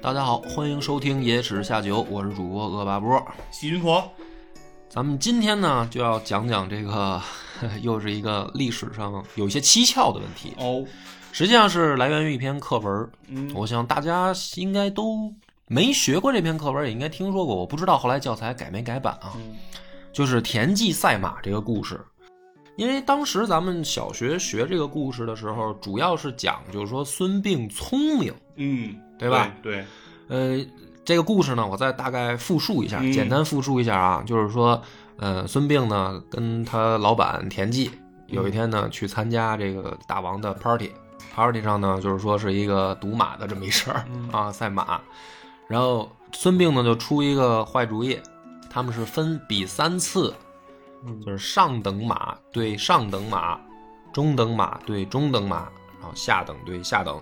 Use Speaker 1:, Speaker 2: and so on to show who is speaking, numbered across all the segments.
Speaker 1: 大家好，欢迎收听《野史下酒》，我是主播恶霸波。
Speaker 2: 喜云佛，
Speaker 1: 咱们今天呢，就要讲讲这个， 又是一个历史上有一些蹊跷的问题。
Speaker 2: 哦，
Speaker 1: 实际上是来源于一篇课文儿，
Speaker 2: 嗯，
Speaker 1: 我想大家应该都没学过这篇课文，也应该听说过。我不知道后来教材改没改版啊。
Speaker 2: 嗯
Speaker 1: 就是田忌赛马这个故事。因为当时咱们小学学这个故事的时候，主要是讲就是说孙膑聪明，
Speaker 2: 嗯，
Speaker 1: 对吧？
Speaker 2: 对，
Speaker 1: 呃，这个故事呢，我再大概复述一下，
Speaker 2: 嗯
Speaker 1: 简单复述一下啊，就是说，呃，孙膑呢跟他老板田忌有一天呢去参加这个大王的 party，party 上呢就是说是一个赌马的这么一事儿、
Speaker 2: 嗯
Speaker 1: 啊，赛马，然后孙膑呢就出一个坏主意，他们是分比三次，就是上等马对上等马，中等马对中等马，然后下等对下等。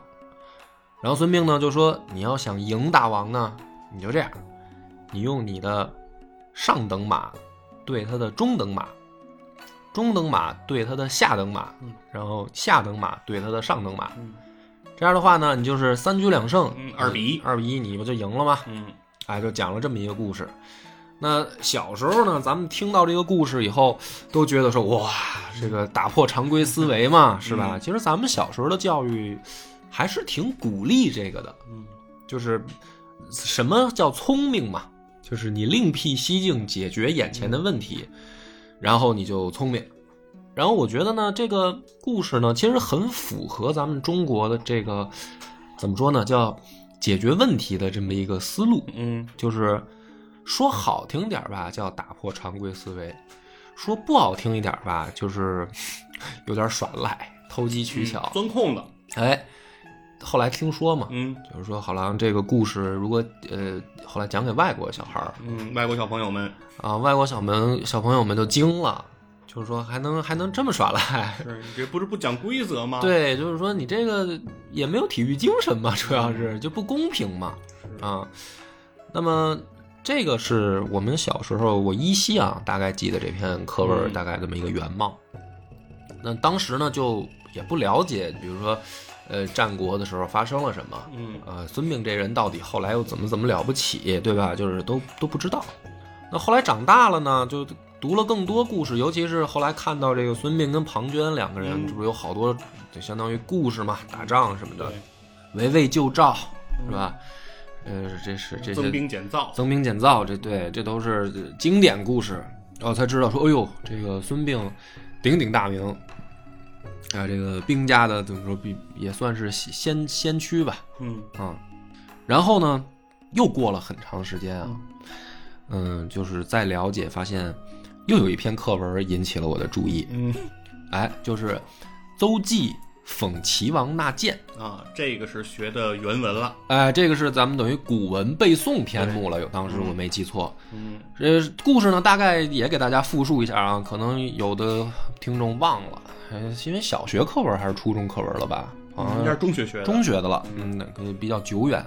Speaker 1: 然后孙膑呢就说：“你要想赢大王呢，你就这样，你用你的上等马对他的中等马，中等马对他的下等马
Speaker 2: 嗯，
Speaker 1: 然后下等马对他的上等马。
Speaker 2: 嗯
Speaker 1: 这样的话呢，你就是三局两胜
Speaker 2: 嗯，二比一
Speaker 1: 二比一，你不就赢了吗？
Speaker 2: 嗯
Speaker 1: 哎，就讲了这么一个故事。那小时候呢，咱们听到这个故事以后，都觉得说哇，这个打破常规思维嘛，是吧？
Speaker 2: 嗯
Speaker 1: 其实咱们小时候的教育还是挺鼓励这个的，
Speaker 2: 嗯
Speaker 1: 就是什么叫聪明嘛，就是你另辟蹊径解决眼前
Speaker 2: 嗯
Speaker 1: 的问题，然后你就聪明。然后我觉得呢，这个故事呢，其实很符合咱们中国的这个怎么说呢，叫解决问题的这么一个思路。
Speaker 2: 嗯
Speaker 1: 就是说好听点儿吧，叫打破常规思维；说不好听一点儿吧，就是有点耍赖、投机取巧。
Speaker 2: 钻空子，
Speaker 1: 哎，后来听说嘛，
Speaker 2: 嗯
Speaker 1: 就是说好像这个故事如果呃后来讲给外国小孩儿
Speaker 2: 嗯，外国小朋友们
Speaker 1: 啊，外国小们小朋友们就惊了，就是说还能还能这么耍赖。
Speaker 2: 是，你这不是不讲规则吗？，
Speaker 1: 对，就是说你这个也没有体育精神嘛，主要是就不公平嘛，啊。那么这个是我们小时候，我依稀啊大概记得这篇课文
Speaker 2: 嗯
Speaker 1: 大概这么一个原貌。那当时呢就也不了解，比如说，呃，战国的时候发生了什么，
Speaker 2: 嗯
Speaker 1: 呃，孙膑这人到底后来又怎么怎么了不起，对吧？就是都都不知道。那后来长大了呢，就读了更多故事，尤其是后来看到这个孙膑跟庞涓两个人，
Speaker 2: 嗯
Speaker 1: 这不是有好多就相当于故事嘛，打仗什么的
Speaker 2: 对，嗯
Speaker 1: 围魏救赵是吧？呃，这是这
Speaker 2: 增
Speaker 1: 些
Speaker 2: 兵减造，
Speaker 1: 增兵减灶，这对这都是经典故事。然后才知道说，哎呦，这个孙膑鼎鼎大名，啊，这个兵家的怎么说，比也算是先先驱吧。
Speaker 2: 嗯
Speaker 1: 啊、然后呢，又过了很长时间啊，嗯，就是在了解发现，又有一篇课文引起了我的注意，
Speaker 2: 嗯
Speaker 1: 哎，就是邹忌讽齐王纳谏，
Speaker 2: 啊，这个是学的原文了，
Speaker 1: 哎，这个是咱们等于古文背诵篇目了，有当时我没记错。
Speaker 2: 嗯
Speaker 1: 这故事呢，大概也给大家复述一下啊，可能有的听众忘了，哎因为小学课文还是初中课文了吧？好像
Speaker 2: 嗯应该是中学学的，
Speaker 1: 中学的了，嗯，可以比较久远。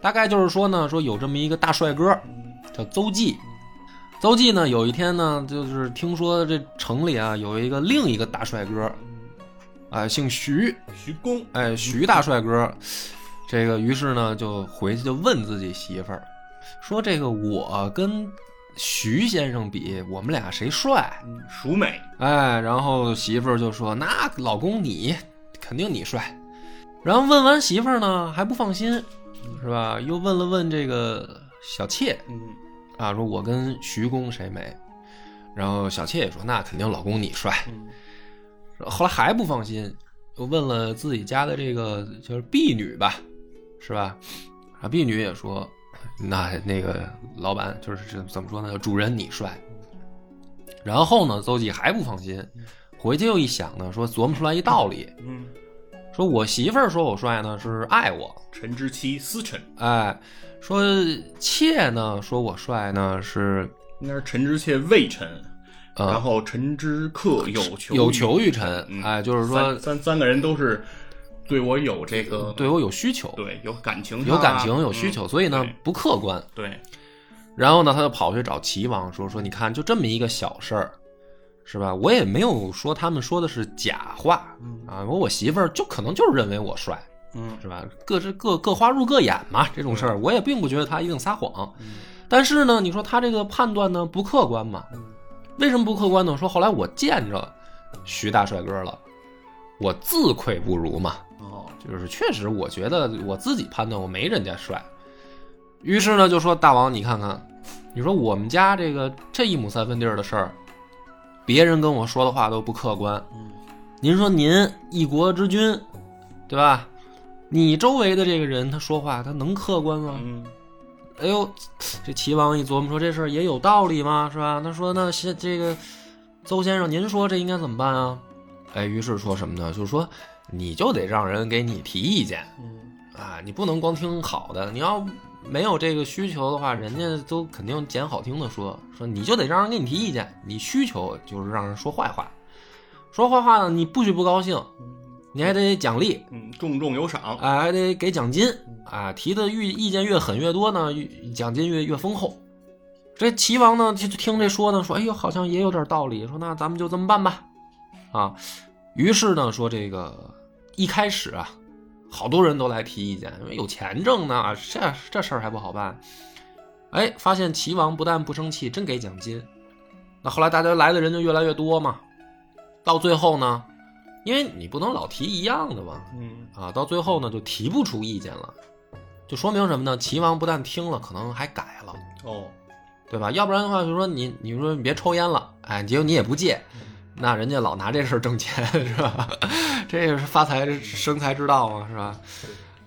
Speaker 1: 大概就是说呢，说有这么一个大帅哥，叫邹忌。邹忌呢，有一天呢，就是听说这城里啊有一个另一个大帅哥，哎，姓徐，
Speaker 2: 徐公，
Speaker 1: 哎，徐大帅哥。这个于是呢，就回去就问自己媳妇儿，说这个我跟徐先生比，我们俩谁帅？
Speaker 2: 蜀美，
Speaker 1: 哎，然后媳妇儿就说：“那老公你肯定你帅。”然后问完媳妇儿呢，还不放心，是吧？又问了问这个小妾
Speaker 2: 嗯
Speaker 1: 啊，说我跟徐公谁美？然后小妾也说：“那肯定老公你帅。
Speaker 2: 嗯”
Speaker 1: 后来还不放心，又问了自己家的这个就是婢女吧，是吧？啊，婢女也说：“那那个老板就是这怎么说呢？主人你帅。”然后呢，邹忌还不放心，回去又一想呢，说琢磨出来一道理，
Speaker 2: 嗯，
Speaker 1: 说我媳妇儿说我帅呢是爱我，
Speaker 2: 臣之妻思臣，
Speaker 1: 哎，说妾呢，说我帅呢是
Speaker 2: 应该是臣之妾未臣，
Speaker 1: 呃
Speaker 2: 然后臣之客啊有求
Speaker 1: 有
Speaker 2: 于
Speaker 1: 求于臣，
Speaker 2: 嗯
Speaker 1: 哎，就是说
Speaker 2: 三三三个人都是对我有这个
Speaker 1: 对我有需求，
Speaker 2: 对有感情上啊，
Speaker 1: 有感情有需
Speaker 2: 嗯
Speaker 1: 求，所以呢
Speaker 2: 对
Speaker 1: 不客观。
Speaker 2: 对，
Speaker 1: 然后呢，他就跑去找齐王说说，你看就这么一个小事儿，是吧？我也没有说他们说的是假话
Speaker 2: 嗯
Speaker 1: 啊，我我媳妇儿就可能就是认为我帅，
Speaker 2: 嗯
Speaker 1: 是吧？各是各各花入各眼嘛，这种事儿我也并不觉得他一定撒谎。
Speaker 2: 嗯
Speaker 1: 但是呢，你说他这个判断呢不客观嘛？
Speaker 2: 嗯
Speaker 1: 为什么不客观呢？说后来我见着徐大帅哥了，我自愧不如嘛。
Speaker 2: 哦，
Speaker 1: 就是确实，我觉得我自己判断我没人家帅。于是呢，就说大王，你看看，你说我们家这个这一亩三分地儿的事儿，别人跟我说的话都不客观。
Speaker 2: 嗯
Speaker 1: 您说您一国之君，对吧？你周围的这个人，他说话他能客观吗？
Speaker 2: 嗯
Speaker 1: 哎呦，这齐王一琢磨说这事儿也有道理嘛，是吧？他说那先这个邹先生，您说这应该怎么办啊？哎，于是说什么呢？就是说你就得让人给你提意见
Speaker 2: 嗯
Speaker 1: 啊，你不能光听好的，你要没有这个需求的话，人家都肯定捡好听的说说，你就得让人给你提意见，你需求就是让人说坏话，说坏话呢，你不许不高兴，你还得奖励，
Speaker 2: 嗯，重重有赏，
Speaker 1: 啊，还得给奖金啊，提的越意见越狠越多呢，越奖金越越丰厚。这齐王呢，就就听这说呢，说哎呦，好像也有点道理，说那咱们就这么办吧，啊，于是呢，说这个一开始啊，好多人都来提意见，因为有钱挣呢，啊这这事儿还不好办。哎，发现齐王不但不生气，真给奖金。那后来大家来的人就越来越多嘛，到最后呢，因为你不能老提一样的嘛，
Speaker 2: 嗯
Speaker 1: 啊，到最后呢就提不出意见了，就说明什么呢？齐王不但听了，可能还改了，
Speaker 2: 哦，
Speaker 1: 对吧？要不然的话，就说你你说你别抽烟了，哎，结果你也不戒，那人家老拿这事儿挣钱是吧？ 这也是发财生财之道啊嘛，是吧？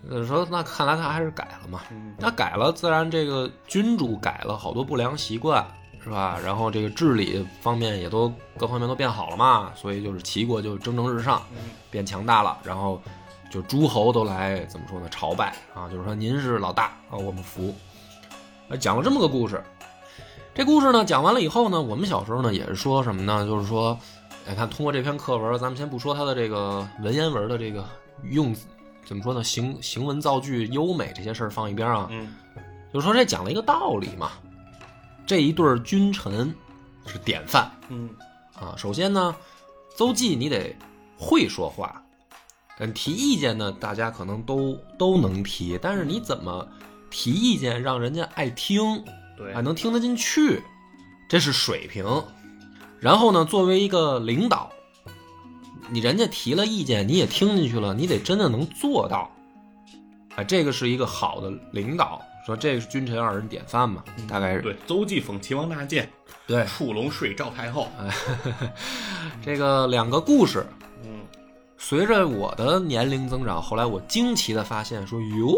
Speaker 1: 呃说那看来他还是改了嘛。
Speaker 2: 嗯
Speaker 1: 那改了，自然这个君主改了好多不良习惯，是吧？然后这个治理方面也都各方面都变好了嘛，所以就是齐国就蒸蒸日上，变强大了。然后就诸侯都来怎么说呢？朝拜啊，就是说您是老大啊，我们服。呃讲了这么个故事，这故事呢讲完了以后呢，我们小时候呢也是说什么呢？就是说，哎，看通过这篇课文，咱们先不说它的这个文言文的这个用字怎么说呢？行行文造句优美这些事儿放一边啊，
Speaker 2: 嗯
Speaker 1: 就是说这讲了一个道理嘛。这一对儿君臣是典范
Speaker 2: 嗯
Speaker 1: 啊。首先呢，邹忌你得会说话，嗯，提意见呢，大家可能都都能提，但是你怎么提意见让人家爱听，
Speaker 2: 对
Speaker 1: 啊，，能听得进去，这是水平。然后呢，作为一个领导，你人家提了意见，你也听进去了，你得真的能做到。啊，这个是一个好的领导，说这是君臣二人典范嘛，大概是
Speaker 2: 嗯对，邹忌讽齐王纳谏，
Speaker 1: 对哎
Speaker 2: 触龙睡赵太后，
Speaker 1: 这个两个故事，
Speaker 2: 嗯
Speaker 1: 随着我的年龄增长，后来我惊奇的发现说，哟，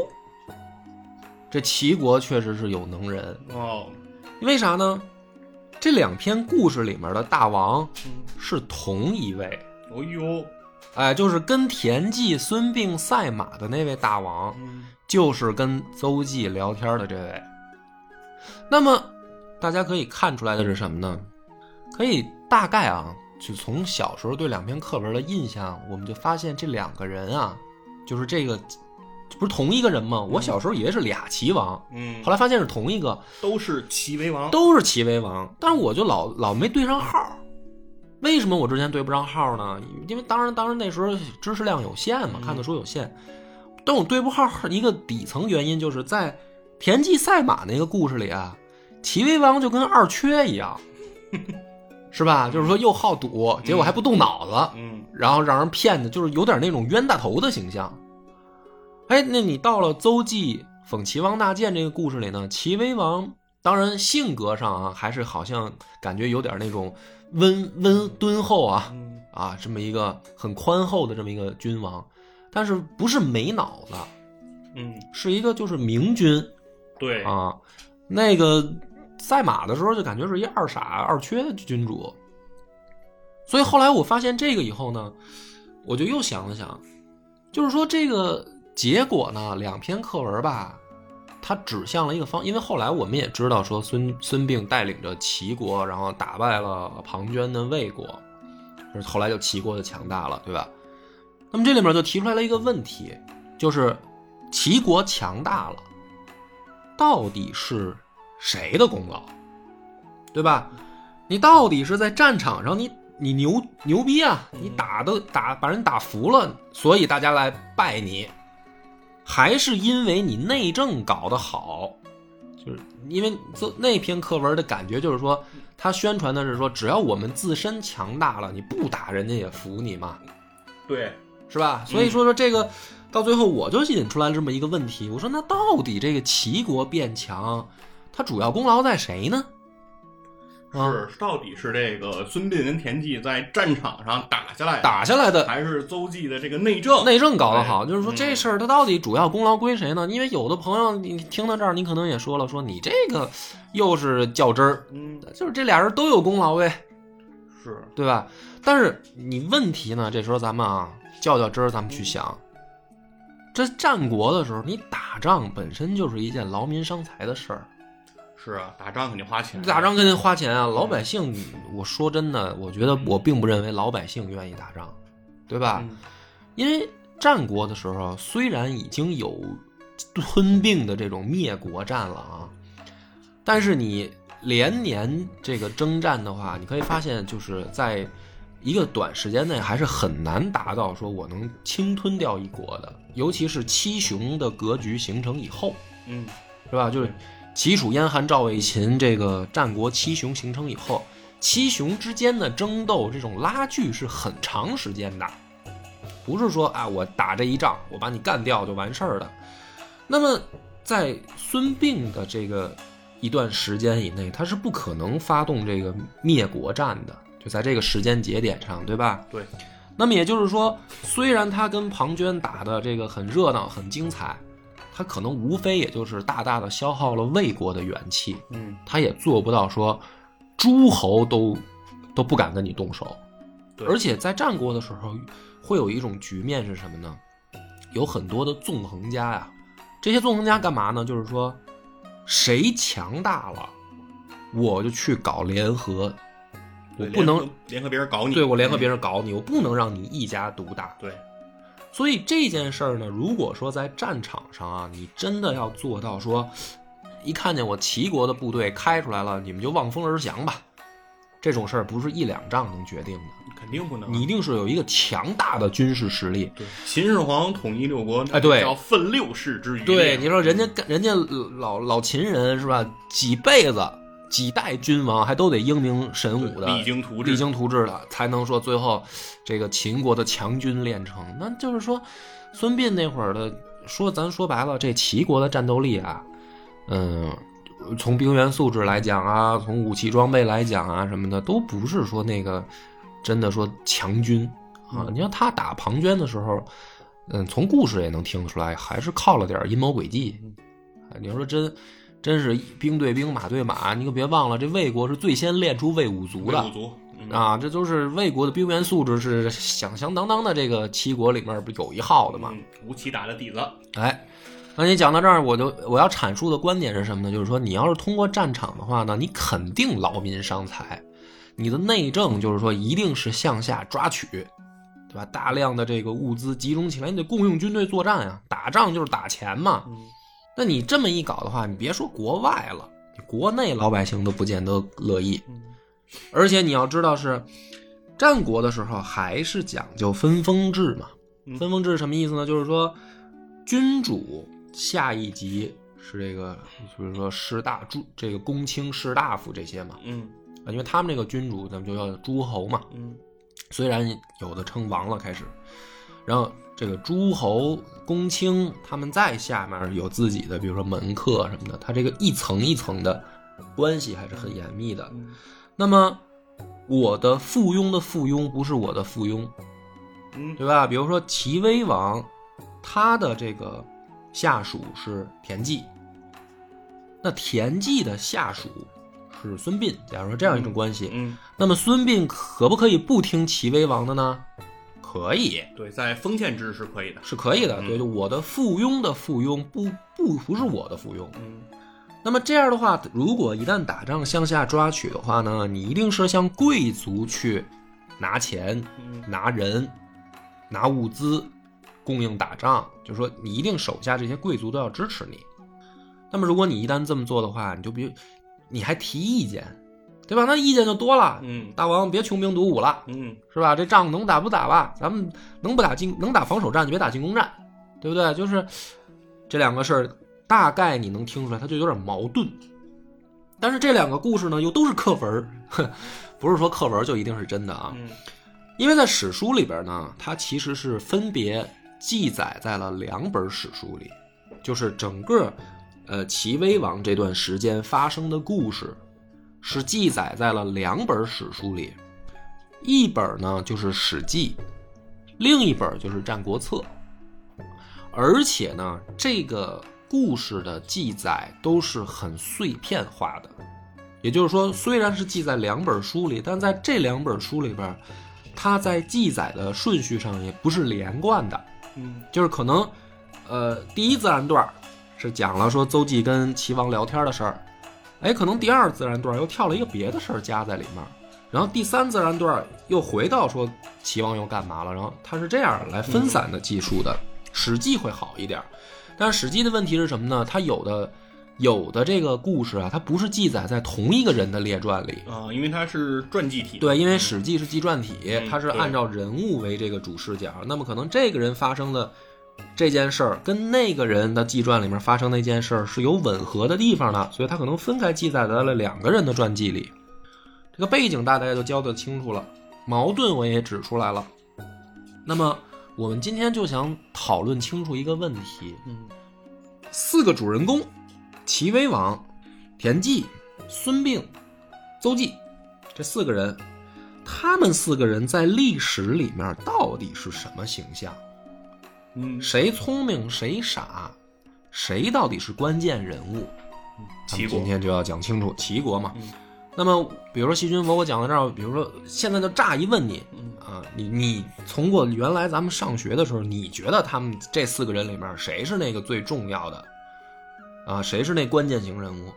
Speaker 1: 这齐国确实是有能人，
Speaker 2: 哦，
Speaker 1: 为啥呢？这两篇故事里面的大王
Speaker 2: 嗯
Speaker 1: 是同一位，
Speaker 2: 哦呦，
Speaker 1: 哎，就是跟田忌、孙膑、赛马的那位大王，
Speaker 2: 嗯
Speaker 1: 就是跟邹忌聊天的这位。那么，大家可以看出来的是什么呢？可以大概啊，就从小时候对两篇课文的印象，我们就发现这两个人啊，就是这个，这不是同一个人吗？我小时候以为是俩齐王，
Speaker 2: 嗯，
Speaker 1: 后来发现是同一个，
Speaker 2: 都是齐为王，
Speaker 1: 都是齐威王，但是我就老老没对上号儿。为什么我之前对不上号呢？因为当然当然那时候知识量有限嘛，看的书有限。但我对不上号儿一个底层原因就是在田忌赛马那个故事里啊，齐威王就跟二缺一样，是吧？就是说又好赌，结果还不动脑子。
Speaker 2: 嗯
Speaker 1: 然后让人骗的，就是有点那种冤大头的形象。哎，那你到了邹忌讽齐王纳谏这个故事里呢，齐威王当然性格上啊，还是好像感觉有点那种温温敦厚啊
Speaker 2: 嗯
Speaker 1: 啊，这么一个很宽厚的这么一个君王，但是不是没脑子，
Speaker 2: 嗯，
Speaker 1: 是一个就是明君
Speaker 2: 对，
Speaker 1: 啊。那个赛马的时候就感觉是一二傻二缺君主，所以后来我发现这个以后呢，我就又想了想，就是说这个结果呢，两篇课文吧，它指向了一个方，因为后来我们也知道说孙孙膑带领着齐国，然后打败了庞涓的魏国，就是后来就齐国就强大了，对吧？那么这里面就提出来了一个问题，就是齐国强大了，到底是谁的功劳，对吧？你到底是在战场上你你牛牛逼啊，你打都打把人打服了，所以大家来拜你，还是因为你内政搞得好，就是因为这那篇课文的感觉就是说，他宣传的是说，只要我们自身强大了，你不打人家也服你嘛，
Speaker 2: 对，
Speaker 1: 是吧？所
Speaker 2: 嗯
Speaker 1: 以说说这个，到最后我就引出来这么一个问题，我说那到底这个齐国变强，它主要功劳在谁呢？啊，
Speaker 2: 是到底是这个孙膑跟田忌在战场上打下来的，
Speaker 1: 打下来的
Speaker 2: 还是邹忌的这个内政？
Speaker 1: 内政搞得好，
Speaker 2: 哎
Speaker 1: 就是说
Speaker 2: 嗯
Speaker 1: 这事儿它到底主要功劳归谁呢？因为有的朋友你听到这儿，你可能也说了，说你这个又是较真儿，
Speaker 2: 嗯，
Speaker 1: 就是这俩人都有功劳呗，
Speaker 2: 是
Speaker 1: 对吧？但是你问题呢，这时候咱们啊较较真儿，咱们去想，这战国的时候，你打仗本身就是一件劳民伤财的事儿，
Speaker 2: 是啊，打仗肯定花钱，
Speaker 1: 打仗肯定花钱啊，老百姓，我说真的，我觉得我并不认为老百姓愿意打仗，对吧？
Speaker 2: 嗯
Speaker 1: 因为战国的时候，虽然已经有吞并的这种灭国战了啊，但是你连年这个征战的话，你可以发现，就是在一个短时间内还是很难达到说我能侵吞掉一国的，尤其是七雄的格局形成以后，
Speaker 2: 嗯，
Speaker 1: 是吧？就是齐楚燕韩赵魏秦这个战国七雄形成以后，七雄之间的争斗这种拉锯是很长时间的，不是说啊我打这一仗我把你干掉就完事儿的。那么在孙膑的这个一段时间以内，他是不可能发动这个灭国战的，就在这个时间节点上，对吧？
Speaker 2: 对，
Speaker 1: 那么也就是说，虽然他跟庞涓打的这个很热闹、很精彩，他可能无非也就是大大的消耗了魏国的元气，
Speaker 2: 嗯，
Speaker 1: 他也做不到说诸侯都都不敢跟你动手。
Speaker 2: 对
Speaker 1: 而且在战国的时候，会有一种局面是什么呢？有很多的纵横家呀、这些纵横家干嘛呢？就是说，谁强大了，我就去搞联合，我
Speaker 2: 对
Speaker 1: 不能
Speaker 2: 联合联合别人搞你，嗯
Speaker 1: 对我联合别人搞你，我不能让你一家独大。
Speaker 2: 对，
Speaker 1: 所以这件事儿呢，如果说在战场上啊，你真的要做到说，一看见我齐国的部队开出来了，你们就望风而降吧，这种事儿不是一两仗能决定的，
Speaker 2: 肯定不能。
Speaker 1: 你一定是有一个强大的军事实力。
Speaker 2: 对秦始皇统一六国，那
Speaker 1: 哎对
Speaker 2: 叫分六世之余力。
Speaker 1: 对，你说人家人家老老秦人是吧，几辈子几代君王还都得英明神武的，
Speaker 2: 励精图治，
Speaker 1: 励精图治了，才能说最后这个秦国的强军练成。那就是说，孙膑那会儿的，说咱说白了，这齐国的战斗力啊，嗯，从兵员素质来讲啊，从武器装备来讲啊什么的，都不是说那个真的说强军啊。你要他打庞涓的时候，嗯，从故事也能听出来，还是靠了点阴谋诡计。啊你要说真。真是兵对兵，马对马，你可别忘了，这魏国是最先练出魏武卒的。
Speaker 2: 五族，嗯
Speaker 1: 啊，这都是魏国的兵员素质是响响当当的，这个齐国里面不有一号的吗？
Speaker 2: 嗯，吴起打的底子，
Speaker 1: 哎，那你讲到这儿，我就我要阐述的观点是什么呢？就是说，你要是通过战场的话呢，你肯定劳民伤财，你的内政就是说一定是向下抓取，对吧？大量的这个物资集中起来，你得共用军队作战啊，打仗就是打钱嘛。
Speaker 2: 嗯，
Speaker 1: 那你这么一搞的话，你别说国外了，你国内老百姓都不见得乐意。而且你要知道是，战国的时候还是讲究分封制嘛。
Speaker 2: 嗯
Speaker 1: 分封制是什么意思呢？就是说，君主下一级是这个，比如说士大诸，这个公卿、士大夫这些嘛，
Speaker 2: 嗯
Speaker 1: 啊，因为他们这个君主咱们就叫诸侯嘛。
Speaker 2: 嗯
Speaker 1: 虽然有的称王了开始，然后这个诸侯、公卿他们在下面有自己的，比如说门客什么的，他这个一层一层的关系还是很严密的。
Speaker 2: 嗯
Speaker 1: 那么我的附庸的附庸不是我的附庸，
Speaker 2: 嗯，
Speaker 1: 对吧？比如说齐威王，他的这个下属是田忌，那田忌的下属是孙膑。假如说这样一种关系，
Speaker 2: 嗯
Speaker 1: 那么孙膑可不可以不听齐威王的呢？可以，
Speaker 2: 对，在封建制是可以的。
Speaker 1: 是可以的。
Speaker 2: 嗯
Speaker 1: 对，就我的附庸的附庸，不不不是我的附庸。
Speaker 2: 嗯，
Speaker 1: 那么这样的话，如果一旦打仗向下抓取的话呢，你一定是向贵族去拿钱、
Speaker 2: 嗯
Speaker 1: 拿人、拿物资供应打仗，就是说你一定手下这些贵族都要支持你。那么如果你一旦这么做的话，你就比你还提意见，对吧？那意见就多了。
Speaker 2: 嗯
Speaker 1: 大王别穷兵黩武了，
Speaker 2: 嗯
Speaker 1: 是吧？这仗能打不打吧？咱们能不打进能打防守战就别打进攻战，对不对？就是这两个事儿，大概你能听出来，它就有点矛盾。但是这两个故事呢，又都是课文儿， 哼不是说课文就一定是真的啊。
Speaker 2: 嗯
Speaker 1: 因为在史书里边呢，它其实是分别记载在了两本史书里，就是整个呃齐威王这段时间发生的故事，是记载在了两本史书里，一本呢就是《史记》，另一本就是《战国策》，而且呢，这个故事的记载都是很碎片化的。也就是说，虽然是记在两本书里，但在这两本书里边，它在记载的顺序上也不是连贯的，
Speaker 2: 嗯
Speaker 1: 就是可能，呃，第一自然段儿是讲了说邹忌跟齐王聊天的事儿，哎，可能第二自然段儿又跳了一个别的事儿加在里面儿，然后第三自然段儿又回到说齐王又干嘛了，然后它是这样来分散的记述的，史记》会好一点儿，但是《史记》的问题是什么呢？它有的有的这个故事啊，它不是记载在同一个人的列传里，
Speaker 2: 啊，因为它是传记体。
Speaker 1: 对，因为《史记》是纪传体，
Speaker 2: 嗯
Speaker 1: 它是
Speaker 2: 对
Speaker 1: 按照人物为这个主视角。那么可能这个人发生的这件事儿，跟那个人的纪传里面发生那件事儿是有吻合的地方的，所以他可能分开记载在了两个人的传记里。这个背景大家就交代清楚了，矛盾我也指出来了。那么我们今天就想讨论清楚一个问题：
Speaker 2: 嗯
Speaker 1: 四个主人公，齐威王、田忌、孙膑、邹忌，这四个人，他们四个人在历史里面到底是什么形象？
Speaker 2: 嗯，
Speaker 1: 谁聪明，谁傻，谁到底是关键人物？咱
Speaker 2: 齐
Speaker 1: 们
Speaker 2: 国
Speaker 1: 今天就要讲清楚齐国嘛。
Speaker 2: 嗯
Speaker 1: 那么，比如说细菌佛，我讲到这儿，比如说现在就乍一问你
Speaker 2: 嗯
Speaker 1: 啊，你你从过原来咱们上学的时候，你觉得他们这四个人里面谁是那个最重要的？啊，谁是那关键型人物？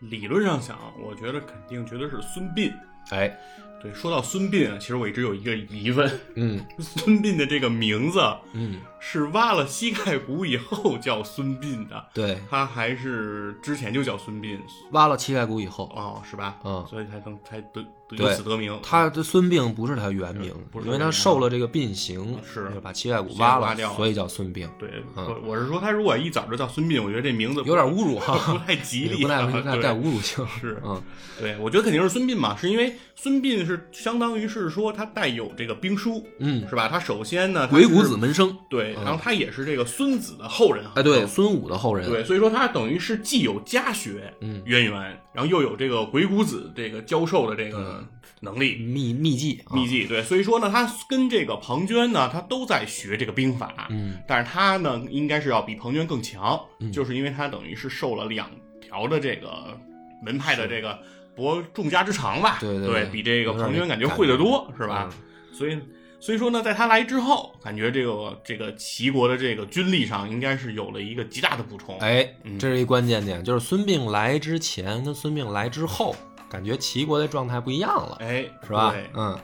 Speaker 2: 理论上想，我觉得肯定绝对是孙膑。
Speaker 1: 哎，
Speaker 2: 对，说到孙膑啊，其实我一直有一个疑问，
Speaker 1: 嗯
Speaker 2: 孙膑的这个名字
Speaker 1: 嗯，
Speaker 2: 是挖了膝盖骨以后叫孙膑的，
Speaker 1: 对，
Speaker 2: 他还是之前就叫孙膑
Speaker 1: 挖了膝盖骨以后，
Speaker 2: 哦，是吧？
Speaker 1: 嗯
Speaker 2: 所以才能才得得
Speaker 1: 对
Speaker 2: 由此得名。
Speaker 1: 他的孙膑不是他原名，
Speaker 2: 不是他原名啊
Speaker 1: 因为他受了这个病刑，
Speaker 2: 是
Speaker 1: 就把膝盖骨挖
Speaker 2: 膝盖
Speaker 1: 了
Speaker 2: 骨挖掉，了
Speaker 1: 所以叫孙膑，
Speaker 2: 对，
Speaker 1: 嗯
Speaker 2: 我我是说，他如果一早就叫孙膑，我觉得这名字
Speaker 1: 有点侮辱哈，
Speaker 2: 不太吉利
Speaker 1: 不
Speaker 2: 啊，
Speaker 1: 太不太
Speaker 2: 对
Speaker 1: 带侮辱性，
Speaker 2: 是
Speaker 1: 嗯，
Speaker 2: 对，我觉得肯定是孙膑嘛，是因为孙膑是相当于是说他带有这个兵书，
Speaker 1: 嗯，
Speaker 2: 是吧？他首先呢，他
Speaker 1: 鬼谷
Speaker 2: 是
Speaker 1: 子门生，
Speaker 2: 对，
Speaker 1: 嗯
Speaker 2: 然后他也是这个孙子的后人啊，
Speaker 1: 哎，对，孙武的后人，
Speaker 2: 对，所以说他等于是既有家学
Speaker 1: 嗯
Speaker 2: 渊源，然后又有这个鬼谷子这个教授的这
Speaker 1: 嗯
Speaker 2: 个能力。
Speaker 1: 秘秘籍，啊
Speaker 2: 秘籍对，所以说呢，他跟这个庞涓呢，他都在学这个兵法，
Speaker 1: 嗯，
Speaker 2: 但是他呢，应该是要比庞涓更强，
Speaker 1: 嗯
Speaker 2: 就是因为他等于是受了两条的这个门派的这个博众家之长吧，
Speaker 1: 对
Speaker 2: 对
Speaker 1: 对对
Speaker 2: 比这个
Speaker 1: 有点
Speaker 2: 庞
Speaker 1: 那
Speaker 2: 涓感觉
Speaker 1: 感
Speaker 2: 会得
Speaker 1: 觉嗯
Speaker 2: 多，是吧？
Speaker 1: 啊
Speaker 2: 所以所以说呢，在他来之后，感觉这个这个齐国的这个军力上应该是有了一个极大的补充，
Speaker 1: 哎
Speaker 2: 嗯，
Speaker 1: 这是一关键点，就是孙膑来之前跟孙膑来之后，感觉齐国的状态不一样了，
Speaker 2: 哎，
Speaker 1: 是吧
Speaker 2: 对？
Speaker 1: 嗯，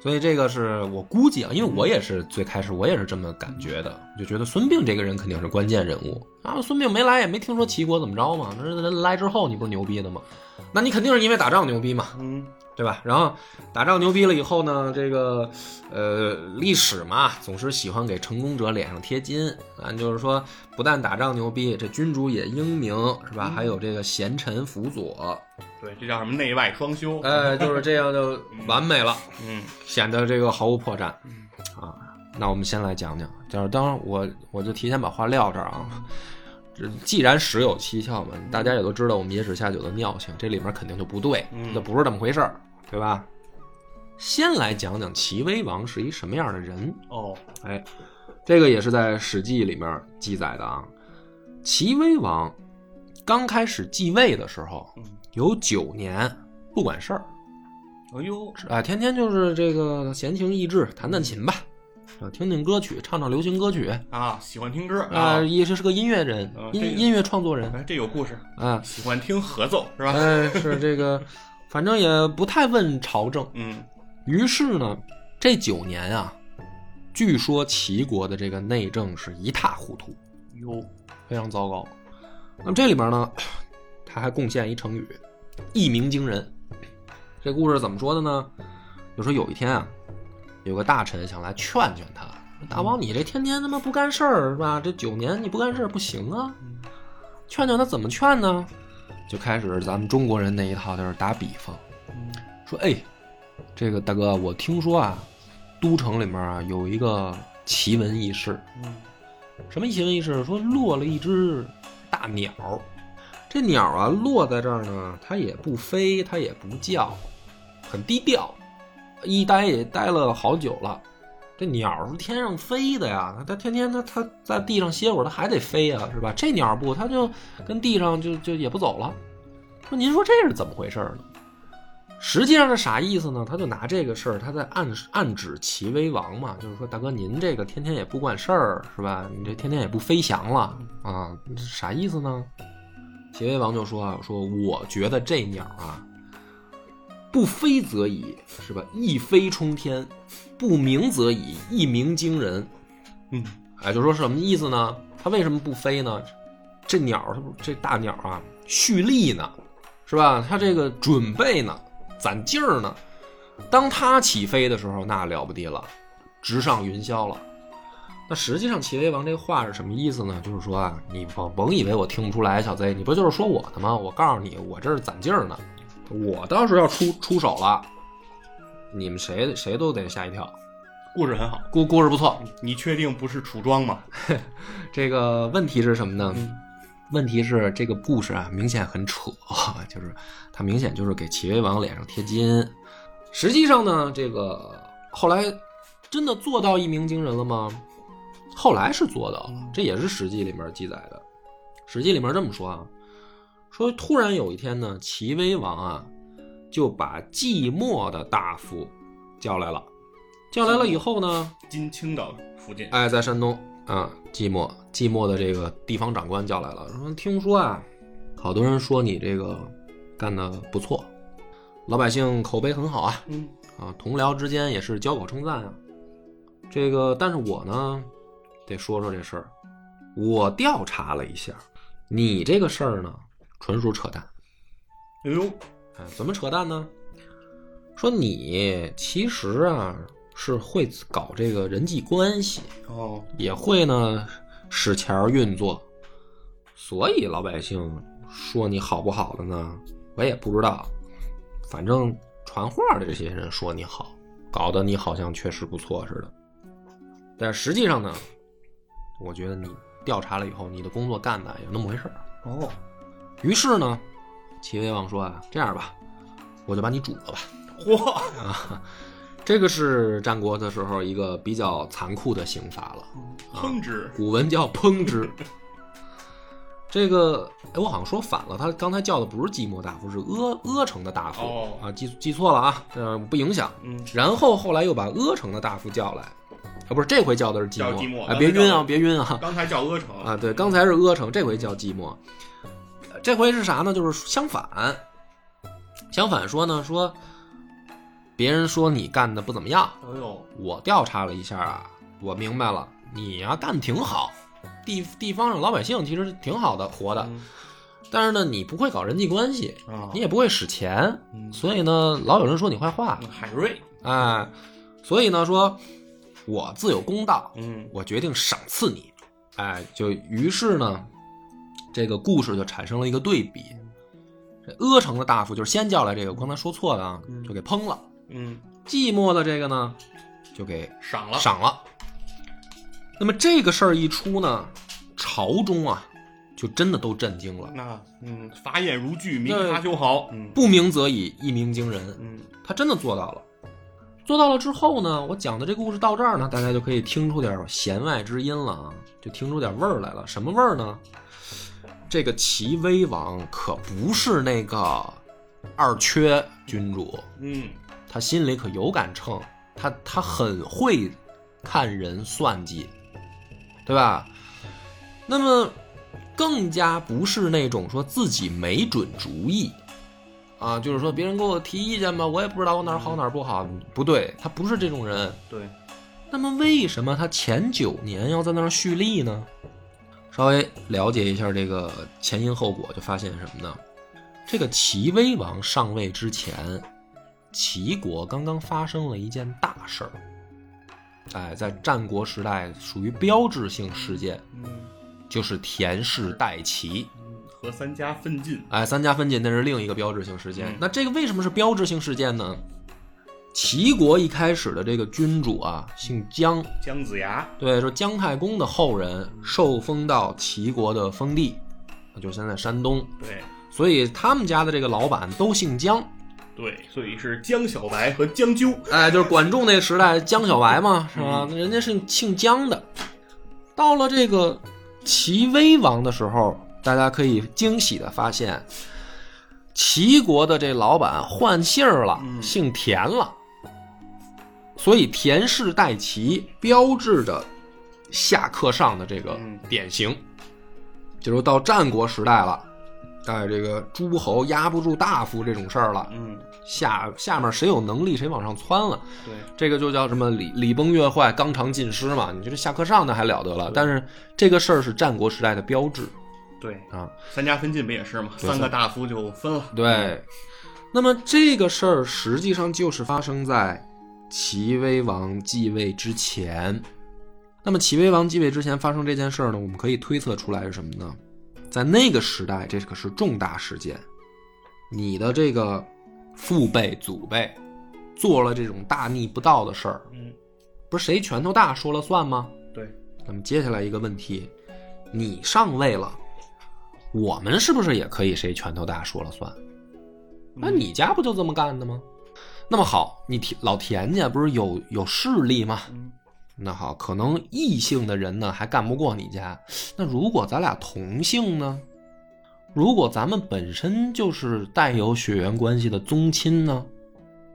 Speaker 1: 所以这个是我估计啊，因为我也是最开始我也是这么感觉的，就觉得孙膑这个人肯定是关键人物啊。孙膑没来也没听说齐国怎么着嘛，那人来之后你不是牛逼的吗？那你肯定是因为打仗牛逼嘛，
Speaker 2: 嗯
Speaker 1: 对吧？然后打仗牛逼了以后呢，这个呃历史嘛，总是喜欢给成功者脸上贴金。咱就是说，不但打仗牛逼，这君主也英明，是
Speaker 2: 嗯
Speaker 1: 吧？还有这个贤臣辅佐，，
Speaker 2: 哦对，这叫什么内外双修？
Speaker 1: 哎，就是这样就完美了。
Speaker 2: 嗯
Speaker 1: 显得这个毫无破绽。啊，那我们先来讲讲，就是当然我我就提前把话撂这儿啊。这既然时有蹊跷嘛，大家也都知道我们野史下酒的尿性，这里面肯定就不对
Speaker 2: 嗯，
Speaker 1: 这不是这么回事儿，对吧？先来讲讲齐威王是一什么样的人。
Speaker 2: 哦，
Speaker 1: 哎，这个也是在《史记》里面记载的啊。齐威王刚开始继位的时候
Speaker 2: 嗯，
Speaker 1: 有九年不管事儿，
Speaker 2: 哎呦，
Speaker 1: 啊，天天就是这个闲情逸致，弹弹琴吧，啊，听听歌曲，唱唱流行歌曲
Speaker 2: 啊，喜欢听歌
Speaker 1: 啊，也是是个音乐人
Speaker 2: 啊，这个
Speaker 1: 音音乐创作人
Speaker 2: 哎，这有故事，
Speaker 1: 啊，
Speaker 2: 喜欢听合奏是吧？
Speaker 1: 哎，是这个，反正也不太问朝政。
Speaker 2: 嗯
Speaker 1: 于是呢，这九年啊，据说齐国的这个内政是一塌糊涂，哟，非常糟糕。那么这里边呢，他还贡献一成语“一鸣惊人”。这故事怎么说的呢？就说有一天啊，有个大臣想来劝劝他：“大王，你这天天他妈不干事儿是吧？这九年你不干事儿不行啊！劝劝他怎么劝呢？”就开始咱们中国人那一套，就是打比方，说：“哎，这个大哥，我听说啊，都城里面啊有一个奇闻异事，
Speaker 2: 嗯
Speaker 1: 什么奇闻异事？说落了一只大鸟，这鸟啊落在这儿呢，它也不飞，它也不叫，很低调，一待也待了好久了。这鸟是天上飞的呀，它天天它它在地上歇会儿，它还得飞呀，是吧？这鸟不，它就跟地上就就也不走了。说您说这是怎么回事儿呢？实际上是啥意思呢？他就拿这个事儿，他在暗暗指齐威王嘛，就是说大哥您这个天天也不管事儿是吧？你这天天也不飞翔了啊，啥意思呢？齐威王就说啊，说我觉得这鸟啊，不飞则已是吧？一飞冲天，不鸣则已，一鸣惊人。
Speaker 2: 嗯
Speaker 1: 哎，就说什么意思呢？它为什么不飞呢？这鸟，它不这大鸟啊，蓄力呢，是吧？它这个准备呢，攒劲儿呢。当它起飞的时候，那了不地了，直上云霄了。那实际上，齐威王这话是什么意思呢？就是说啊，你甭甭以为我听不出来，小贼，你不就是说我的吗？我告诉你，我这是攒劲儿呢，我到时候要出出手了，你们谁谁都得吓一跳。
Speaker 2: 故事很好，
Speaker 1: 故故事不错，
Speaker 2: 你确定不是楚庄吗？
Speaker 1: 这个问题是什么呢？问题是这个故事啊，明显很扯，就是他明显就是给齐威王脸上贴金。实际上呢，这个后来真的做到一鸣惊人了吗？后来是做到了，这也是《史记》里面记载的。《史记》里面这么说啊，说突然有一天呢，齐威王啊就把寂寞的大夫叫来了，叫来了以后呢，
Speaker 2: 金青岛附近，
Speaker 1: 哎，在山东啊，寂寞寂寞的这个地方长官叫来了，说听说啊，好多人说你这个干的不错，老百姓口碑很好啊，
Speaker 2: 嗯
Speaker 1: 啊，同僚之间也是交口称赞啊。这个，但是我呢，得说说这事儿。我调查了一下，你这个事儿呢，纯属扯淡。
Speaker 2: 哎呦，
Speaker 1: 哎，怎么扯淡呢？说你其实啊是会搞这个人际关系，
Speaker 2: 哦，
Speaker 1: 也会呢使钱儿运作，所以老百姓说你好不好的呢，我也不知道。反正传话的这些人说你好，搞得你好像确实不错似的。但实际上呢，我觉得你调查了以后，你的工作干的有那么回事儿。
Speaker 2: 哦，
Speaker 1: 于是呢，齐威王说啊，这样吧，我就把你煮了吧。
Speaker 2: 嚯，
Speaker 1: 这个是战国的时候一个比较残酷的刑罚了。
Speaker 2: 烹制，
Speaker 1: 古文叫烹之。这个，哎，我好像说反了，他刚才叫的不是寂寞大夫，是阿阿城的大夫、
Speaker 2: 哦
Speaker 1: 啊，记记错了啊，呃，不影响。
Speaker 2: 嗯，
Speaker 1: 然后后来又把阿城的大夫叫来，啊，不是这回叫的是寂
Speaker 2: 叫
Speaker 1: 寞，
Speaker 2: 寂寞
Speaker 1: 哎，别晕
Speaker 2: 刚才叫
Speaker 1: 啊，
Speaker 2: 的
Speaker 1: 别晕啊，
Speaker 2: 刚才叫阿城
Speaker 1: 啊，对，刚才是阿城，这回叫寂寞，呃这回是啥呢？就是相反，相反说呢，说别人说你干的不怎么样，
Speaker 2: 哎呦，
Speaker 1: 我调查了一下啊，我明白了，你呀、干得挺好，地地方上老百姓其实挺好的活的，
Speaker 2: 嗯
Speaker 1: 但是呢，你不会搞人际关系，
Speaker 2: 啊
Speaker 1: 你，也不会使钱，
Speaker 2: 嗯
Speaker 1: 所以呢，老有人说你坏话，
Speaker 2: 海瑞，
Speaker 1: 哎，所以呢，说我自有公道，
Speaker 2: 嗯
Speaker 1: 我决定赏赐你，哎，就于是呢，这个故事就产生了一个对比，这阿城的大夫就是先叫来这个，我刚才说错的啊，就给烹了，
Speaker 2: 嗯，
Speaker 1: 寂寞的这个呢，就给
Speaker 2: 赏了，
Speaker 1: 赏了。那么这个事儿一出呢，朝中啊，就真的都震惊了。
Speaker 2: 那嗯，法眼如炬，明
Speaker 1: 对
Speaker 2: 察秋毫，嗯
Speaker 1: 不鸣则已，一鸣惊人。
Speaker 2: 嗯
Speaker 1: 他真的做到了。做到了之后呢，我讲的这故事到这儿呢，大家就可以听出点弦外之音了啊，就听出点味儿来了。什么味儿呢？这个齐威王可不是那个二缺君主，
Speaker 2: 嗯，
Speaker 1: 他心里可有杆秤，他他很会看人算计，对吧？那么更加不是那种说自己没准主意啊，就是说别人给我提意见吧，我也不知道我哪儿好哪儿不好，不对，他不是这种人。
Speaker 2: 对，
Speaker 1: 那么为什么他前九年要在那儿蓄力呢？稍微了解一下这个前因后果，就发现什么呢？这个齐威王上位之前，齐国刚刚发生了一件大事儿，哎，在战国时代属于标志性事件，
Speaker 2: 嗯，
Speaker 1: 就是田氏代齐。
Speaker 2: 和三家奋进，
Speaker 1: 哎，三家分晋那是另一个标志性事件。
Speaker 2: 嗯
Speaker 1: 那这个为什么是标志性事件呢？齐国一开始的这个君主啊，姓姜，
Speaker 2: 姜子牙，
Speaker 1: 对，说姜太公的后人受封到齐国的封地，就是现在山东，
Speaker 2: 对
Speaker 1: 所以他们家的这个老板都姓姜，
Speaker 2: 对，所以是姜小白和姜究，
Speaker 1: 哎，就是管仲那个时代姜小白嘛，是吧？
Speaker 2: 嗯
Speaker 1: 那人家是姓姜的。到了这个齐威王的时候，大家可以惊喜的发现，齐国的这老板换姓儿了，
Speaker 2: 嗯
Speaker 1: 姓田了。所以田氏代齐，标志着下克上的这个
Speaker 2: 嗯
Speaker 1: 典型。就是到战国时代了，哎，这个诸侯压不住大夫这种事儿了，
Speaker 2: 嗯，
Speaker 1: 下下面谁有能力谁往上窜了。
Speaker 2: 对，
Speaker 1: 这个就叫什么礼礼崩乐坏、纲常尽失嘛。你觉得下课上那还了得了？但是这个事儿是战国时代的标志
Speaker 2: 对，
Speaker 1: 啊。
Speaker 2: 三家分晋不也是吗？
Speaker 1: 对
Speaker 2: 三个大夫就分了，
Speaker 1: 对，那么这个事儿实际上就是发生在齐威王继位之前。那么齐威王继位之前发生这件事儿呢，我们可以推测出来是什么呢？在那个时代，这可是重大事件。你的这个父辈、祖辈做了这种大逆不道的事儿，
Speaker 2: 嗯，
Speaker 1: 不是谁拳头大说了算吗？
Speaker 2: 对，
Speaker 1: 那么接下来一个问题，你上位了，我们是不是也可以谁拳头大说了算？那
Speaker 2: 嗯
Speaker 1: 啊你家不就这么干的吗？那么好，你田老田家不是有有势力吗？
Speaker 2: 嗯
Speaker 1: 那好，可能异性的人呢还干不过你家，那如果咱俩同性呢？如果咱们本身就是带有血缘关系的宗亲呢？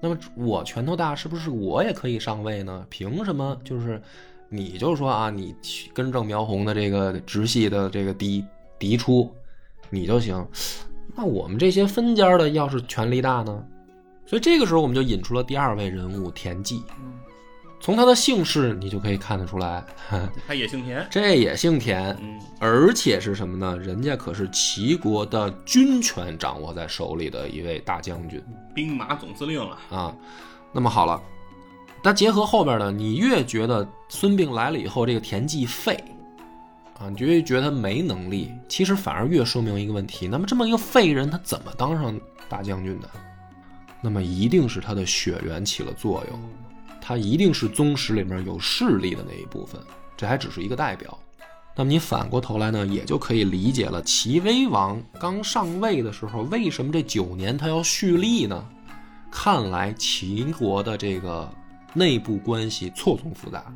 Speaker 1: 那么我拳头大，是不是我也可以上位呢？凭什么就是你就说啊，你根正苗红的这个直系的这个嫡嫡出，你就行？那我们这些分家的要是权力大呢？所以这个时候我们就引出了第二位人物田忌。
Speaker 2: 嗯，
Speaker 1: 从他的姓氏你就可以看得出来，
Speaker 2: 他也姓田，
Speaker 1: 这也姓田，
Speaker 2: 嗯，
Speaker 1: 而且是什么呢？人家可是齐国的军权掌握在手里的一位大将军
Speaker 2: 兵马总司令了，
Speaker 1: 啊。那么好了，那结合后边呢，你越觉得孙膑来了以后这个田忌废啊，你就越觉得他没能力，其实反而越说明一个问题：那么这么一个废人，他怎么当上大将军的？那么一定是他的血缘起了作用。他一定是宗室里面有势力的那一部分，这还只是一个代表。那么你反过头来呢，也就可以理解了齐威王刚上位的时候，为什么这九年他要蓄力呢？看来齐国的这个内部关系错综复杂，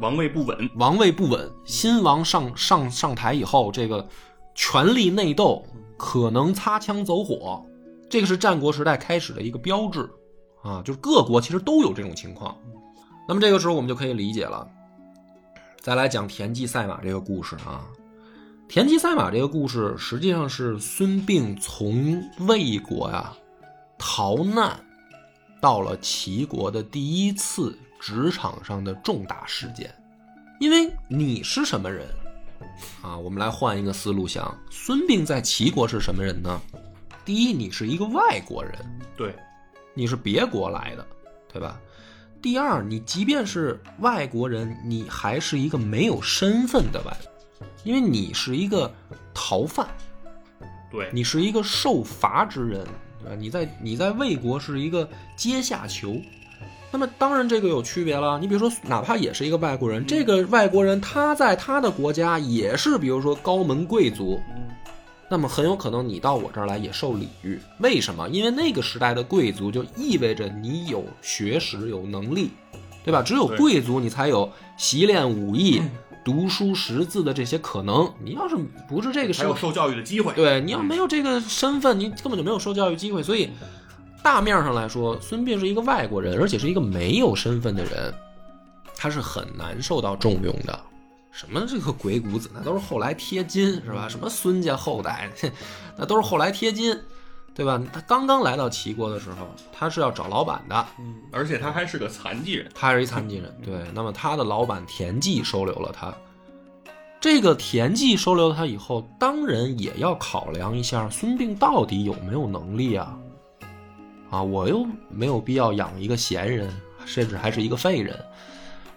Speaker 2: 王位不稳，
Speaker 1: 王位不稳，新王上上上台以后，这个权力内斗可能擦枪走火，这个是战国时代开始的一个标志啊，就是各国其实都有这种情况。那么这个时候我们就可以理解了。再来讲田忌赛马这个故事啊，田忌赛马这个故事实际上是孙膑从魏国呀、逃难到了齐国的第一次职场上的重大事件。因为你是什么人啊？我们来换一个思路想，孙膑在齐国是什么人呢？第一，你是一个外国人，
Speaker 2: 对，
Speaker 1: 你是别国来的，对吧？第二，你即便是外国人，你还是一个没有身份的外国人，因为你是一个逃犯，
Speaker 2: 对，
Speaker 1: 你是一个受罚之人，对吧？你在你在魏国是一个阶下囚，那么当然这个有区别了。你比如说，哪怕也是一个外国
Speaker 2: 嗯
Speaker 1: 人，这个外国人他在他的国家也是，比如说高门贵族，
Speaker 2: 嗯
Speaker 1: 那么很有可能你到我这儿来也受礼遇。为什么？因为那个时代的贵族就意味着你有学识、有能力，对吧？只有
Speaker 2: 对
Speaker 1: 贵族你才有习练武艺、 读书识字的这些可能。你要是不是这个
Speaker 2: 还
Speaker 1: 时候
Speaker 2: 有受教育的机会，
Speaker 1: 对，你要没有这个身份，你根本就没有受教育机会。所以，大面上来说，孙膑是一个外国人，而且是一个没有身份的人。它是很难受到重用的。什么这个鬼谷子，那都是后来贴金是吧？什么孙家后代， 那都是后来贴金，对吧？他刚刚来到齐国的时候，他是要找老板的，
Speaker 2: 嗯，而且他还是个残疾人，
Speaker 1: 他是一残疾人，对。那么他的老板田忌收留了他，这个田忌收留他以后，当然也要考量一下孙膑到底有没有能力啊。啊，我又没有必要养一个闲人，甚至还是一个废人。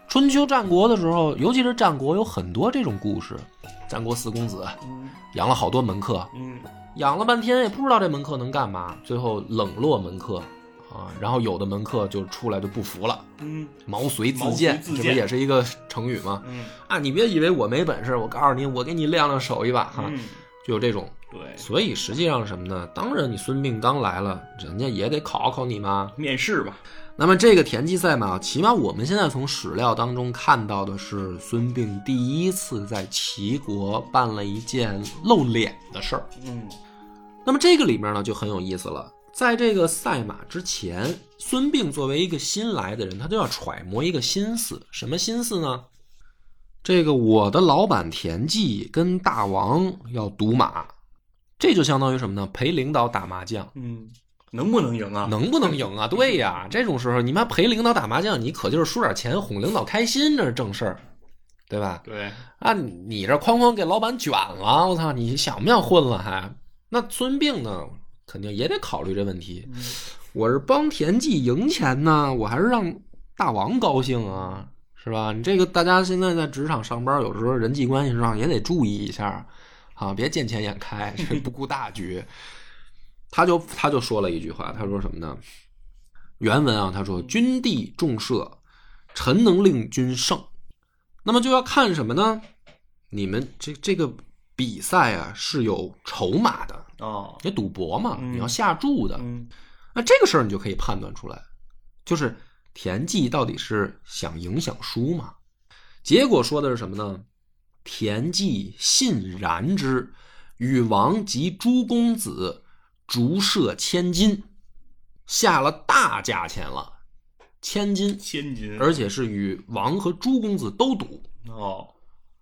Speaker 1: 春秋战国的时候，尤其是战国，有很多这种故事。战国四公子养了好多门客，
Speaker 2: 嗯，
Speaker 1: 养了半天也不知道这门客能干嘛，最后冷落门客啊。然后有的门客就出来就不服了，
Speaker 2: 嗯
Speaker 1: 毛遂自荐，
Speaker 2: 毛遂自
Speaker 1: 这
Speaker 2: 荐
Speaker 1: 不也是一个成语吗？
Speaker 2: 嗯
Speaker 1: 啊，你别以为我没本事，我告诉你，我给你亮亮手一把哈，
Speaker 2: 嗯，
Speaker 1: 就有这种。
Speaker 2: 对，
Speaker 1: 所以实际上是什么呢？当然，你孙膑刚来了，人家也得考考你嘛。
Speaker 2: 面试吧，
Speaker 1: 那么这个田忌赛马，起码我们现在从史料当中看到的是，孙膑第一次在齐国办了一件露脸的事儿。
Speaker 2: 嗯
Speaker 1: 那么这个里面呢，就很有意思了。在这个赛马之前，孙膑作为一个新来的人，他就要揣摩一个心思，什么心思呢？这个我的老板田忌跟大王要赌马，这就相当于什么呢？陪领导打麻将。
Speaker 2: 嗯，能不能赢啊？
Speaker 1: 能不能赢啊？对呀，这种时候你妈陪领导打麻将，你可就是输点钱哄领导开心，这是正事儿，对吧？
Speaker 2: 对，
Speaker 1: 啊，你这哐哐给老板卷了，我操，你想不想混了还？那孙膑呢，肯定也得考虑这问题。我是帮田忌赢钱呢，我还是让大王高兴啊，是吧？你这个大家现在在职场上班，有时候人际关系上也得注意一下啊，别见钱眼开，这不顾大局。 他就他就说了一句话，他说什么呢？原文啊，他说：“君地重射，臣能令君胜。”那么就要看什么呢？你们这这个比赛啊是有筹码的，
Speaker 2: 哦，
Speaker 1: 你赌博嘛，
Speaker 2: 嗯
Speaker 1: 你要下注的。
Speaker 2: 嗯
Speaker 1: 那这个事儿你就可以判断出来，就是田忌到底是想赢想输嘛？结果说的是什么呢？田忌信然之，与王及诸公子逐射千金，下了大价钱了，千金，
Speaker 2: 千金，
Speaker 1: 而且是与王和诸公子都赌。
Speaker 2: 哦，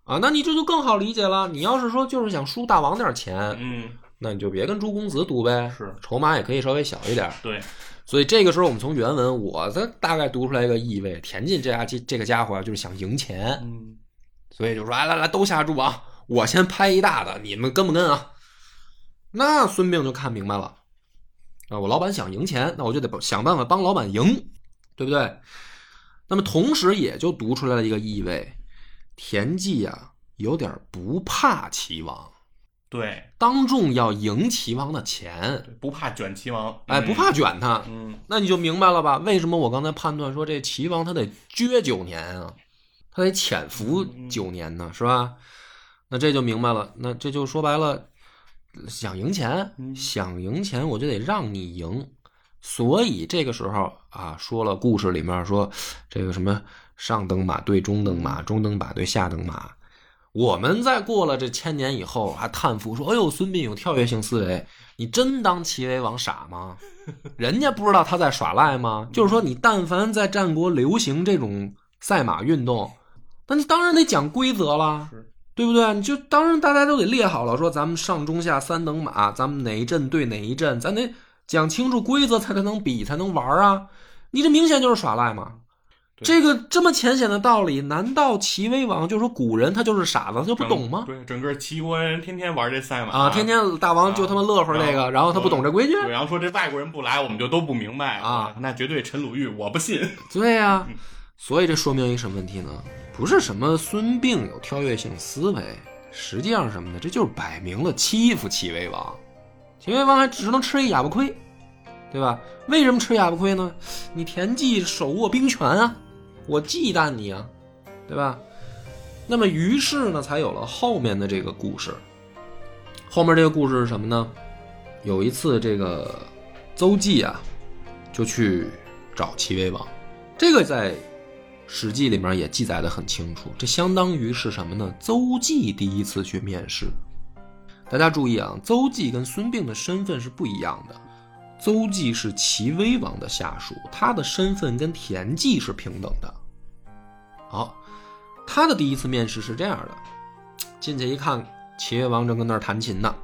Speaker 1: 啊，那你这就更好理解了。你要是说就是想输大王点儿钱，
Speaker 2: 嗯，
Speaker 1: 那你就别跟朱公子赌呗，
Speaker 2: 是
Speaker 1: 筹码也可以稍微小一点儿。
Speaker 2: 对，
Speaker 1: 所以这个时候我们从原文，我的大概读出来一个意味：田忌这家这这个家伙啊，就是想赢钱，
Speaker 2: 嗯，
Speaker 1: 所以就说来来来，都下注啊，我先拍一大的，你们跟不跟啊？那孙膑就看明白了，啊，我老板想赢钱，那我就得想办法帮老板赢，对不对？那么同时也就读出来了一个意味：田忌啊，有点不怕齐王，
Speaker 2: 对，
Speaker 1: 当众要赢齐王的钱，
Speaker 2: 不怕卷齐王，
Speaker 1: 哎，不怕卷他，
Speaker 2: 嗯，嗯，
Speaker 1: 那你就明白了吧？为什么我刚才判断说这齐王他得撅九年啊，他得潜伏九年呢，是吧？那这就明白了，那这就说白了，想赢钱，
Speaker 2: 嗯
Speaker 1: 想赢钱，我就得让你赢。所以这个时候啊，说了故事里面说这个什么上等马对中等马，中等马对下等马。我们在过了这千年以后，还叹服说：“哎呦，孙膑有跳跃性思维，你真当齐威王傻吗？”人家不知道他在耍赖吗？就是说，你但凡在战国流行这种赛马运动，那你当然得讲规则啦
Speaker 2: 是，
Speaker 1: 对不对？你就当然大家都得列好了，说咱们上中下三等马，咱们哪一阵对哪一阵，咱得讲清楚规则才能比，才能玩啊！你这明显就是耍赖嘛！
Speaker 2: 对
Speaker 1: 这个这么浅显的道理，难道齐威王就说古人他就是傻子，他就不懂吗？
Speaker 2: 对，整个齐国人天天玩这赛马
Speaker 1: 啊，天。天大王就他妈乐呵这个，
Speaker 2: 啊
Speaker 1: 然后他不懂这规矩，
Speaker 2: 对，然后说这外国人不来，我们就都不明白
Speaker 1: 啊。
Speaker 2: 那绝对陈鲁豫，我不信。
Speaker 1: 对呀、所以这说明一个什么问题呢？不是什么孙膑有跳跃性思维，实际上是什么呢？这就是摆明了欺负齐威王，齐威王还只能吃一哑巴亏，对吧？为什么吃哑巴亏呢？你田忌手握兵权啊，我忌惮你啊，对吧？那么于是呢，才有了后面的这个故事。后面这个故事是什么呢？有一次，这个邹忌啊，就去找齐威王。这个在《史记》里面也记载的很清楚，这相当于是什么呢？邹忌第一次去面试。大家注意啊，邹忌跟孙膑的身份是不一样的。邹忌是齐威王的下属，他的身份跟田忌是平等的。好，他的第一次面试是这样的，进去一看，齐越王正跟那儿弹琴呢。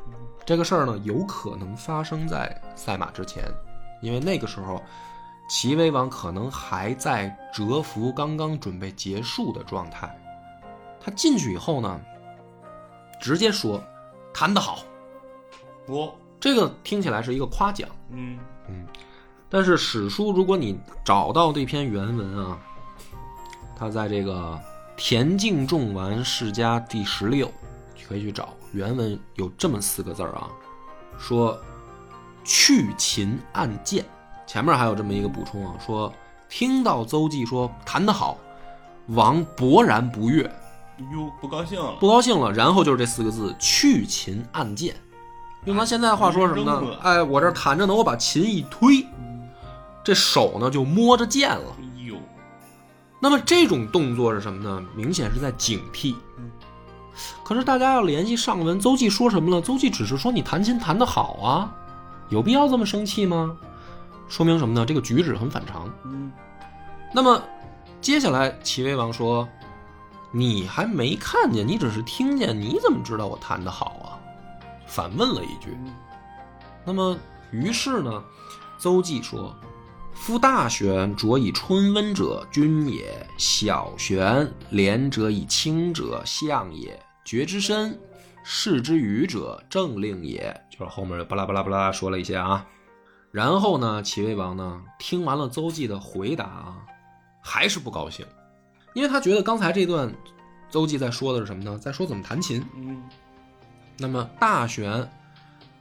Speaker 1: 这个事儿呢，有可能发生在赛马之前，因为那个时候，齐威王可能还在蛰伏刚刚准备结束的状态。他进去以后呢，直接说弹得好，
Speaker 2: 我
Speaker 1: 这个听起来是一个夸奖。
Speaker 2: 嗯
Speaker 1: 但是史书，如果你找到这篇原文啊，它在这个《田径仲完世家》第十六，可以去找原文有这么四个字儿啊，说“去秦按剑”，前面还有这么一个补充啊，说听到邹忌说弹得好，王勃然不悦，
Speaker 2: 哟不高兴了，
Speaker 1: 不高兴了，然后就是这四个字“去秦按剑”。用咱现在话说什么
Speaker 2: 扔
Speaker 1: 呢
Speaker 2: 了？
Speaker 1: 哎，我这儿弹着呢，我把琴一推，这手呢就摸着剑了。
Speaker 2: 哎呦
Speaker 1: 那么这种动作是什么呢？明显是在警惕
Speaker 2: 嗯。
Speaker 1: 可是大家要联系上文，邹忌说什么了？邹忌只是说你弹琴弹得好啊，有必要这么生气吗？说明什么呢？这个举止很反常。
Speaker 2: 嗯
Speaker 1: 那么接下来，齐威王说：“你还没看见，你只是听见，你怎么知道我弹得好啊？”反问了一句。那么于是呢，邹忌说：“夫大弦着以春温者，君也；小弦连者以清者，象也。觉之深，视之愚者，政令也。”就是后面巴拉巴拉巴拉说了一些啊。然后呢，齐威王呢，听完了邹忌的回答啊，还是不高兴，因为他觉得刚才这段邹忌在说的是什么呢？在说怎么弹琴。
Speaker 2: 嗯
Speaker 1: 那么大弦，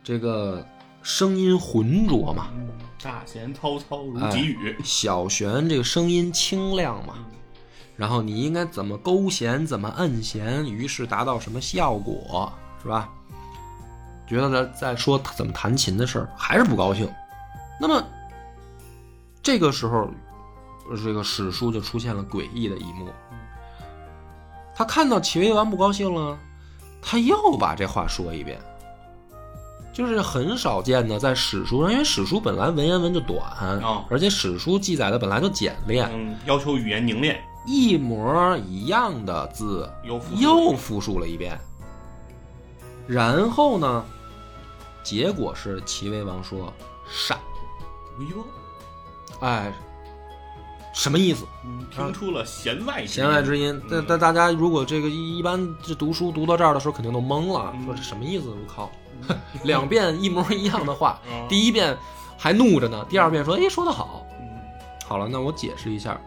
Speaker 1: 这个声音浑浊嘛，
Speaker 2: 嗯，大弦滔滔如
Speaker 1: 哎
Speaker 2: 急雨，
Speaker 1: 小弦这个声音清亮嘛，然后你应该怎么勾弦，怎么摁弦，于是达到什么效果，是吧？觉得他在说他怎么弹琴的事儿，还是不高兴。那么这个时候，这个史书就出现了诡异的一幕。他看到齐威王不高兴了，他又把这话说一遍，就是很少见的，在史书上，因为史书本来文言文就短，
Speaker 2: 哦
Speaker 1: 而且史书记载的本来就简练，
Speaker 2: 嗯，要求语言凝练，
Speaker 1: 一模一样的字
Speaker 2: 有辅助
Speaker 1: 又复述了一遍。然后呢，结果是齐威王说善，
Speaker 2: 哎呦，
Speaker 1: 哎，什么意思？
Speaker 2: 嗯听出了弦外
Speaker 1: 弦外之
Speaker 2: 嗯
Speaker 1: 音。但但大家如果这个一一般这读书读到这儿的时候，肯定都懵了，
Speaker 2: 嗯
Speaker 1: 说这什么意思？我靠， 两遍一模一样的话，
Speaker 2: 嗯
Speaker 1: 第一遍还怒着呢，第二遍说哎说得好，
Speaker 2: 嗯
Speaker 1: 好了，那我解释一下，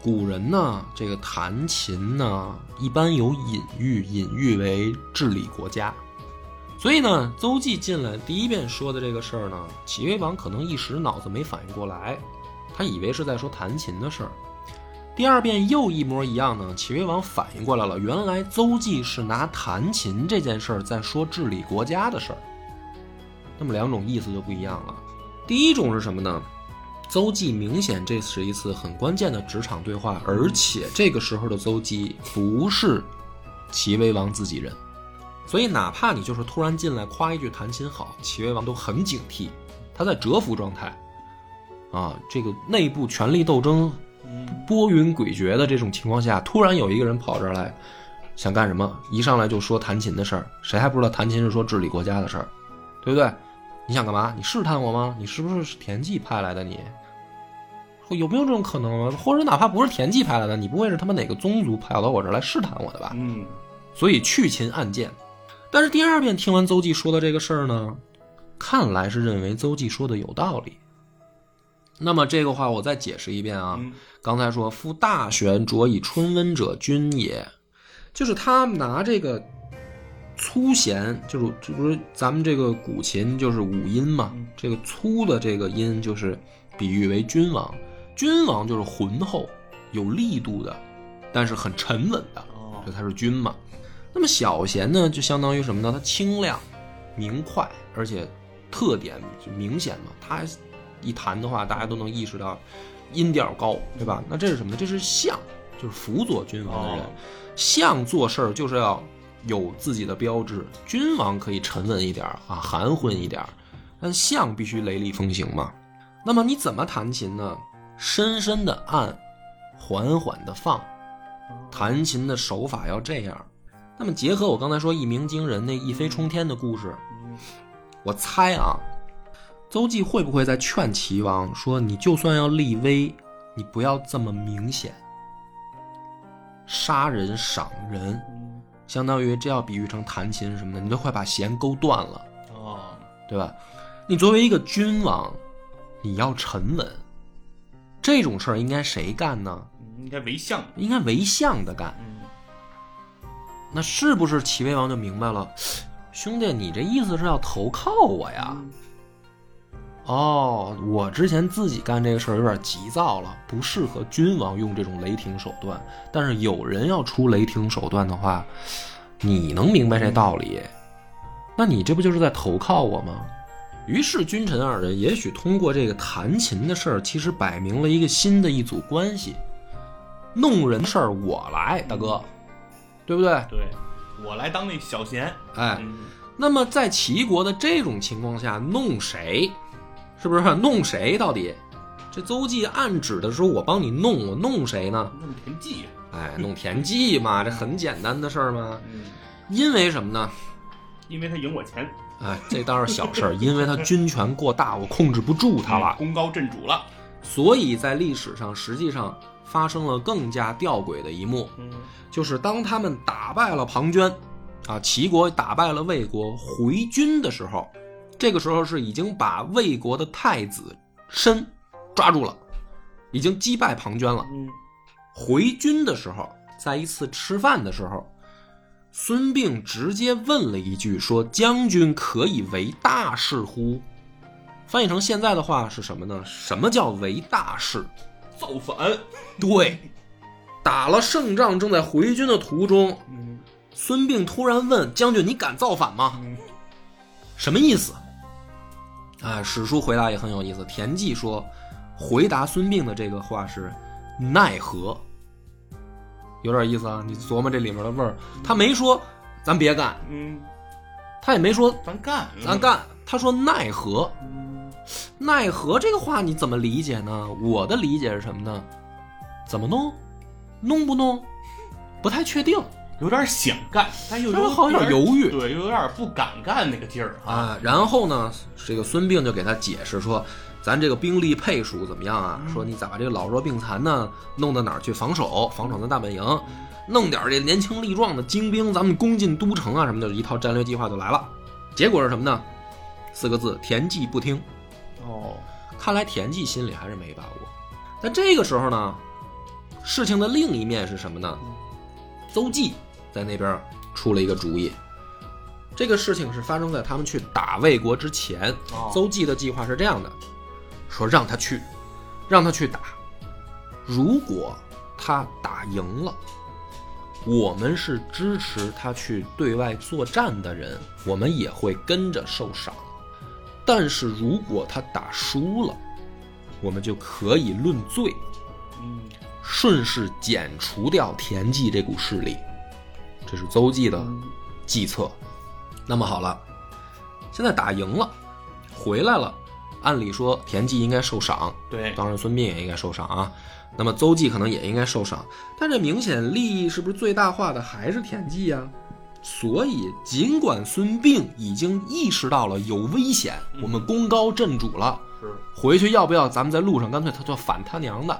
Speaker 1: 古人呢，这个弹琴呢，一般有隐喻，隐喻为治理国家。所以呢，邹忌进来第一遍说的这个事儿呢，齐威王可能一时脑子没反应过来，他以为是在说弹琴的事儿。第二遍又一模一样呢，齐威王反应过来了，原来邹忌是拿弹琴这件事儿在说治理国家的事儿。那么两种意思就不一样了。第一种是什么呢？邹忌明显这是一次很关键的职场对话，而且这个时候的邹忌不是齐威王自己人，所以哪怕你就是突然进来夸一句弹琴好，齐威王都很警惕，他在蛰伏状态，啊，这个内部权力斗争
Speaker 2: 嗯
Speaker 1: 波云诡谲的这种情况下，突然有一个人跑这儿来，想干什么？一上来就说弹琴的事儿，谁还不知道弹琴是说治理国家的事儿，对不对？你想干嘛？你试探我吗？你是不是田忌派来的你？会有没有这种可能啊？或者哪怕不是田忌派来的，你不会是他们哪个宗族派到我这儿来试探我的吧？
Speaker 2: 嗯
Speaker 1: 所以去秦暗箭。但是第二遍听完邹忌说的这个事儿呢，看来是认为邹忌说的有道理。那么这个话我再解释一遍啊，
Speaker 2: 嗯
Speaker 1: 刚才说“夫大玄着以春温者，君也”，就是他拿这个粗弦，就是这不是咱们这个古琴就是五音嘛
Speaker 2: 嗯，
Speaker 1: 这个粗的这个音就是比喻为君王，君王就是浑厚、有力度的，但是很沉稳的，
Speaker 2: 哦
Speaker 1: 这它是君嘛。那么小弦呢，就相当于什么呢？它清亮、明快，而且特点就明显嘛。它一弹的话，大家都能意识到音调高，对吧？那这是什么呢？这是相，就是辅佐君王的人。
Speaker 2: 哦
Speaker 1: 相做事儿就是要有自己的标志。君王可以沉稳一点儿啊，含混一点儿，但相必须雷厉风行嘛。那么你怎么弹琴呢？深深的按，缓缓的放，弹琴的手法要这样。那么结合我刚才说一鸣惊人那一飞冲天的故事，我猜啊，邹忌会不会在劝齐王说：“你就算要立威，你不要这么明显，杀人赏人，相当于这要比喻成弹琴什么的，你都快把弦勾断了，
Speaker 2: 哦，
Speaker 1: 对吧？你作为一个君王，你要沉稳，这种事儿应该谁干呢？
Speaker 2: 嗯应该为相，
Speaker 1: 应该为相的干。
Speaker 2: 嗯，
Speaker 1: 那是不是齐威王就明白了？兄弟，你这意思是要投靠我呀？哦，我之前自己干这个事儿有点急躁了，不适合君王用这种雷霆手段。但是有人要出雷霆手段的话，你能明白这道理？那你这不就是在投靠我吗？于是君臣二人也许通过这个弹琴的事儿，其实摆明了一个新的一组关系。弄人事儿我来，大哥，对不对？
Speaker 2: 对，我来当那小贤，
Speaker 1: 哎，
Speaker 2: 嗯，
Speaker 1: 那么在齐国的这种情况下，弄谁，是不是弄谁？到底这邹忌暗指的说，我帮你弄，我弄谁呢？
Speaker 2: 弄田忌呀，
Speaker 1: 哎，弄田忌嘛，这很简单的事儿嘛。
Speaker 2: 嗯，
Speaker 1: 因为什么呢？
Speaker 2: 因为他赢我钱，
Speaker 1: 哎，这倒是小事儿，因为他军权过大，我控制不住他了，
Speaker 2: 功高震主了，
Speaker 1: 所以在历史上实际上发生了更加吊诡的一幕。
Speaker 2: 嗯，
Speaker 1: 就是当他们打败了庞涓，啊，齐国打败了魏国回军的时候，这个时候是已经把魏国的太子申抓住了，已经击败庞涓了。
Speaker 2: 嗯，
Speaker 1: 回军的时候，在一次吃饭的时候，孙膑直接问了一句说：“将军可以为大事乎？”翻译成现在的话是什么呢？什么叫为大事？
Speaker 2: 造反，
Speaker 1: 对，打了胜仗，正在回军的途中，
Speaker 2: 嗯，
Speaker 1: 孙膑突然问将军：“你敢造反吗？什么意思？”啊，史书回答也很有意思。田忌说，回答孙膑的这个话是“奈何”，有点意思啊。你琢磨这里面的味儿，他没说咱别干，
Speaker 2: 嗯，
Speaker 1: 他也没说
Speaker 2: 咱干，
Speaker 1: 咱，干，他说奈何。奈何这个话你怎么理解呢？我的理解是什么呢？怎么弄？弄不弄？不太确定
Speaker 2: 有点想干，但又
Speaker 1: 稍微好有点犹豫
Speaker 2: 对，又有点不敢干那个劲儿啊，
Speaker 1: 啊。然后呢，这个孙膑就给他解释说，咱这个兵力配属怎么样啊？说你咋把这个老弱病残呢弄到哪儿去防守？防守咱大本营，弄点儿这年轻力壮的精兵，咱们攻进都城啊什么的，一套战略计划就来了。结果是什么呢？四个字：田忌不听。
Speaker 2: 哦，
Speaker 1: 看来田忌心里还是没把握。但这个时候呢，事情的另一面是什么呢？邹忌在那边出了一个主意。这个事情是发生在他们去打魏国之前
Speaker 2: 哦。
Speaker 1: 邹忌的计划是这样的：说让他去，让他去打。如果他打赢了，我们是支持他去对外作战的人，我们也会跟着受赏。但是如果他打输了，我们就可以论罪，
Speaker 2: 嗯，
Speaker 1: 顺势减除掉田忌这股势力。这是邹忌的计策。那么好了，现在打赢了，回来了，按理说田忌应该受赏，
Speaker 2: 对，
Speaker 1: 当然孙膑也应该受赏啊。那么邹忌可能也应该受赏，但这明显利益是不是最大化的还是田忌啊？所以，尽管孙膑已经意识到了有危险，我们功高震主了，
Speaker 2: 是，
Speaker 1: 回去要不要咱们在路上干脆他就反他娘的？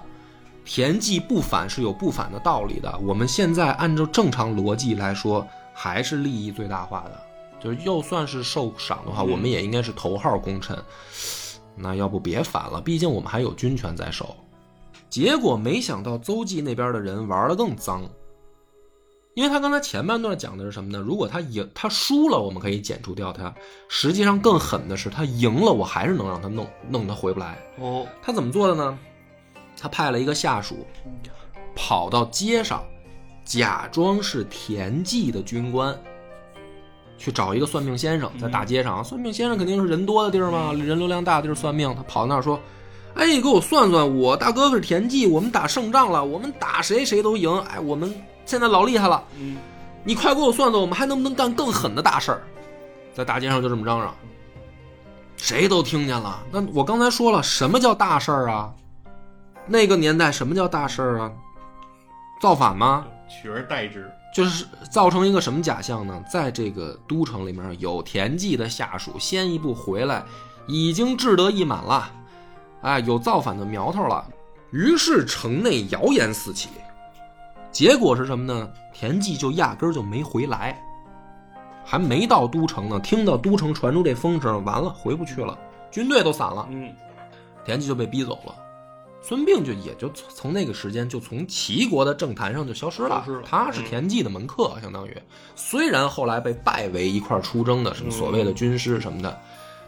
Speaker 1: 田忌不反是有不反的道理的。我们现在按照正常逻辑来说，还是利益最大化的，就是就算是受赏的话，
Speaker 2: 嗯
Speaker 1: 我们也应该是头号功臣。那要不别反了，毕竟我们还有军权在手。结果没想到邹忌那边的人玩的更脏，因为他刚才前半段讲的是什么呢？如果他赢，他输了，我们可以剪除掉他。实际上更狠的是，他赢了，我还是能让他弄弄他回不来。
Speaker 2: 哦，
Speaker 1: 他怎么做的呢？他派了一个下属，跑到街上，假装是田忌的军官，去找一个算命先生，在大街上啊，算命先生肯定是人多的地儿嘛，人流量大的地儿算命。他跑到那儿说：“哎，给我算算，我大哥哥是田忌，我们打胜仗了，我们打谁谁都赢，哎，我们现在老厉害了，
Speaker 2: 嗯，
Speaker 1: 你快给我算算，我们还能不能干更狠的大事儿？”在大街上就这么嚷嚷，谁都听见了。那我刚才说了，什么叫大事儿啊？那个年代什么叫大事儿啊？造反吗？
Speaker 2: 取而代之。
Speaker 1: 就是造成一个什么假象呢？在这个都城里面，有田忌的下属先一步回来，已经志得意满了，哎，有造反的苗头了。于是城内谣言四起，结果是什么呢？田忌就压根儿就没回来，还没到都城呢，听到都城传出这风声，完了回不去了，军队都散了，
Speaker 2: 嗯，
Speaker 1: 田忌就被逼走了。孙膑就也就从从那个时间就从齐国的政坛上就消失了，
Speaker 2: 消失了嗯
Speaker 1: 他是田忌的门客，相当于虽然后来被拜为一块儿出征的
Speaker 2: 嗯
Speaker 1: 什么所谓的军师什么的，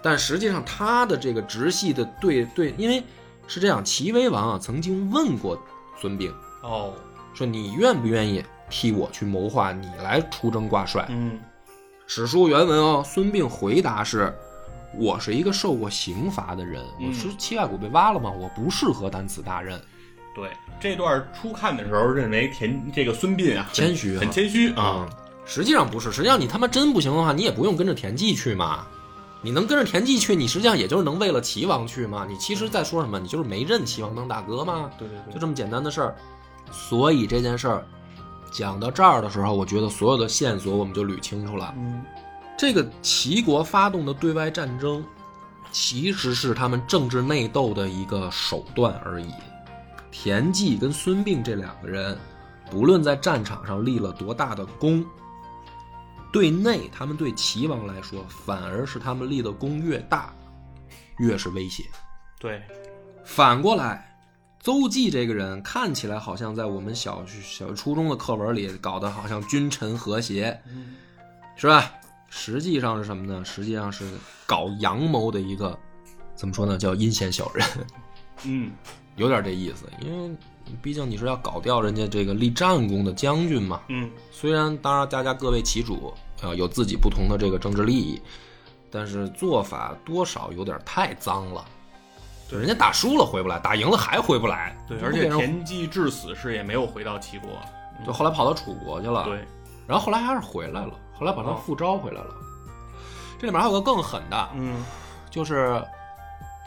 Speaker 1: 但实际上他的这个直系的对对，因为是这样，齐威王啊曾经问过孙膑
Speaker 2: 哦，
Speaker 1: 说你愿不愿意替我去谋划，你来出征挂帅？
Speaker 2: 嗯，
Speaker 1: 史书原文哦，孙膑回答是：“我是一个受过刑罚的人，
Speaker 2: 嗯
Speaker 1: 我是膝盖骨被挖了吗？我不适合担此大任。
Speaker 2: 对，这段初看的时候认为田这个孙膑啊，很
Speaker 1: 谦虚啊
Speaker 2: 很谦虚啊，
Speaker 1: 实际上不是，实际上你他妈真不行的话，你也不用跟着田忌去嘛。你能跟着田忌去，你实际上也就是能为了齐王去嘛。你其实在说什么？你就是没认齐王当大哥嘛，
Speaker 2: 对对
Speaker 1: 就
Speaker 2: 对，
Speaker 1: 这么简单的事儿。所以这件事儿讲到这儿的时候，我觉得所有的线索我们就捋清楚了。
Speaker 2: 嗯，
Speaker 1: 这个齐国发动的对外战争，其实是他们政治内斗的一个手段而已。田忌跟孙膑这两个人，不论在战场上立了多大的功，对内他们对齐王来说，反而是他们立的功越大，越是威胁。
Speaker 2: 对，
Speaker 1: 反过来，邹忌这个人看起来好像在我们小学小初中的课文里搞得好像君臣和谐，
Speaker 2: 嗯
Speaker 1: 是吧？实际上是什么呢？实际上是搞阳谋的一个，怎么说呢？叫阴险小人，
Speaker 2: 嗯，
Speaker 1: 有点这意思。因为毕竟你是要搞掉人家这个立战功的将军嘛。
Speaker 2: 嗯，
Speaker 1: 虽然当然大家各为其主，呃，有自己不同的这个政治利益，但是做法多少有点太脏了。
Speaker 2: 对
Speaker 1: 人家打输了回不来，打赢了还回不来。
Speaker 2: 对，
Speaker 1: 就
Speaker 2: 而
Speaker 1: 不
Speaker 2: 且
Speaker 1: 给人
Speaker 2: 田啊忌至死是也没有回到齐国，
Speaker 1: 就后来跑到楚国去了。
Speaker 2: 对，
Speaker 1: 然后后来还是回来了，后来把他
Speaker 2: 哦
Speaker 1: 复招回来了。这里面还有个更狠的，
Speaker 2: 嗯，
Speaker 1: 就是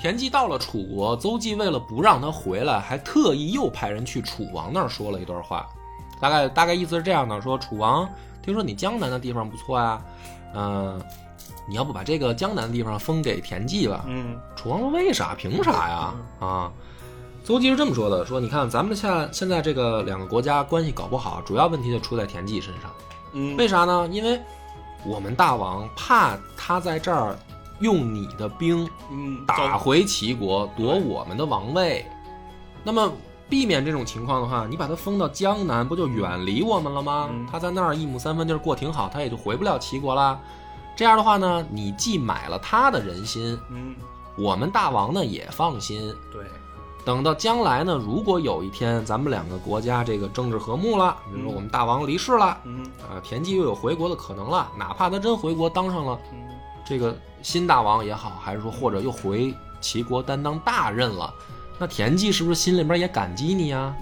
Speaker 1: 田忌到了楚国，邹忌为了不让他回来，还特意又派人去楚王那儿说了一段话，大概大概意思是这样的：说楚王，听说你江南的地方不错呀、嗯、你要不把这个江南的地方封给田忌吧？
Speaker 2: 嗯，
Speaker 1: 楚王说为啥？凭啥呀？啊，邹忌是这么说的：说你看咱们现现在这个两个国家关系搞不好，主要问题就出在田忌身上。
Speaker 2: 嗯，
Speaker 1: 为啥呢？因为我们大王怕他在这儿用你的兵
Speaker 2: 嗯，
Speaker 1: 打
Speaker 2: 造
Speaker 1: 回齐国，夺我们的王位。那么避免这种情况的话，你把他封到江南，不就远离我们了吗？
Speaker 2: 嗯
Speaker 1: 他在那儿一亩三分地儿过挺好，他也就回不了齐国啦。这样的话呢，你既买了他的人心，
Speaker 2: 嗯，
Speaker 1: 我们大王呢也放心。
Speaker 2: 对，
Speaker 1: 等到将来呢，如果有一天咱们两个国家这个政治和睦了，比如说
Speaker 2: 嗯
Speaker 1: 我们大王离世了，
Speaker 2: 嗯
Speaker 1: 啊，田忌又有回国的可能了。哪怕他真回国当上了
Speaker 2: 嗯，
Speaker 1: 这个新大王也好，还是说或者又回齐国担当大任了，那田忌是不是心里面也感激你啊？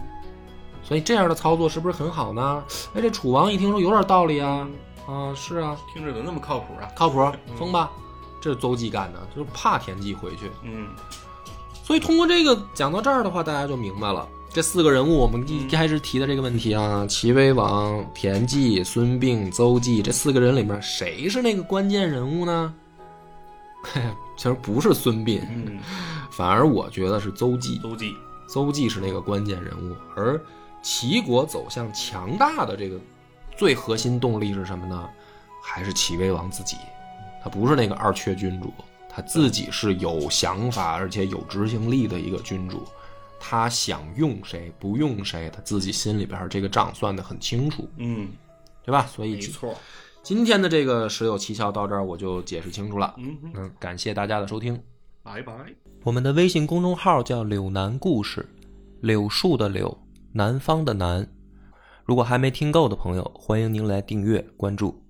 Speaker 1: 所以这样的操作是不是很好呢？哎，这楚王一听说有点道理啊，啊，是啊，
Speaker 2: 听着怎么那么靠谱啊？
Speaker 1: 靠谱，封吧。这是邹忌干的，就是怕田忌回去。
Speaker 2: 嗯，
Speaker 1: 所以通过这个讲到这儿的话，大家就明白了。这四个人物，我们一开始提的这个问题啊，齐威王、田忌、孙膑、邹忌这四个人里面，谁是那个关键人物呢？ 其实不是孙膑，
Speaker 2: 嗯，
Speaker 1: 反而我觉得是邹忌。
Speaker 2: 邹忌，
Speaker 1: 邹忌是那个关键人物，而齐国走向强大的这个最核心动力是什么呢？还是齐威王自己，他不是那个二缺君主，他自己是有想法而且有执行力的一个君主，他想用谁不用谁，他自己心里边这个账算得很清楚，
Speaker 2: 嗯，
Speaker 1: 对吧？所
Speaker 2: 没
Speaker 1: 以
Speaker 2: 错，
Speaker 1: 今天的这个十有七窍到这儿我就解释清楚了，
Speaker 2: 嗯哼，
Speaker 1: 嗯，感谢大家的收听。
Speaker 2: 拜拜。
Speaker 1: 我们的微信公众号叫“柳南故事”，柳树的柳，南方的南。如果还没听够的朋友，欢迎您来订阅关注。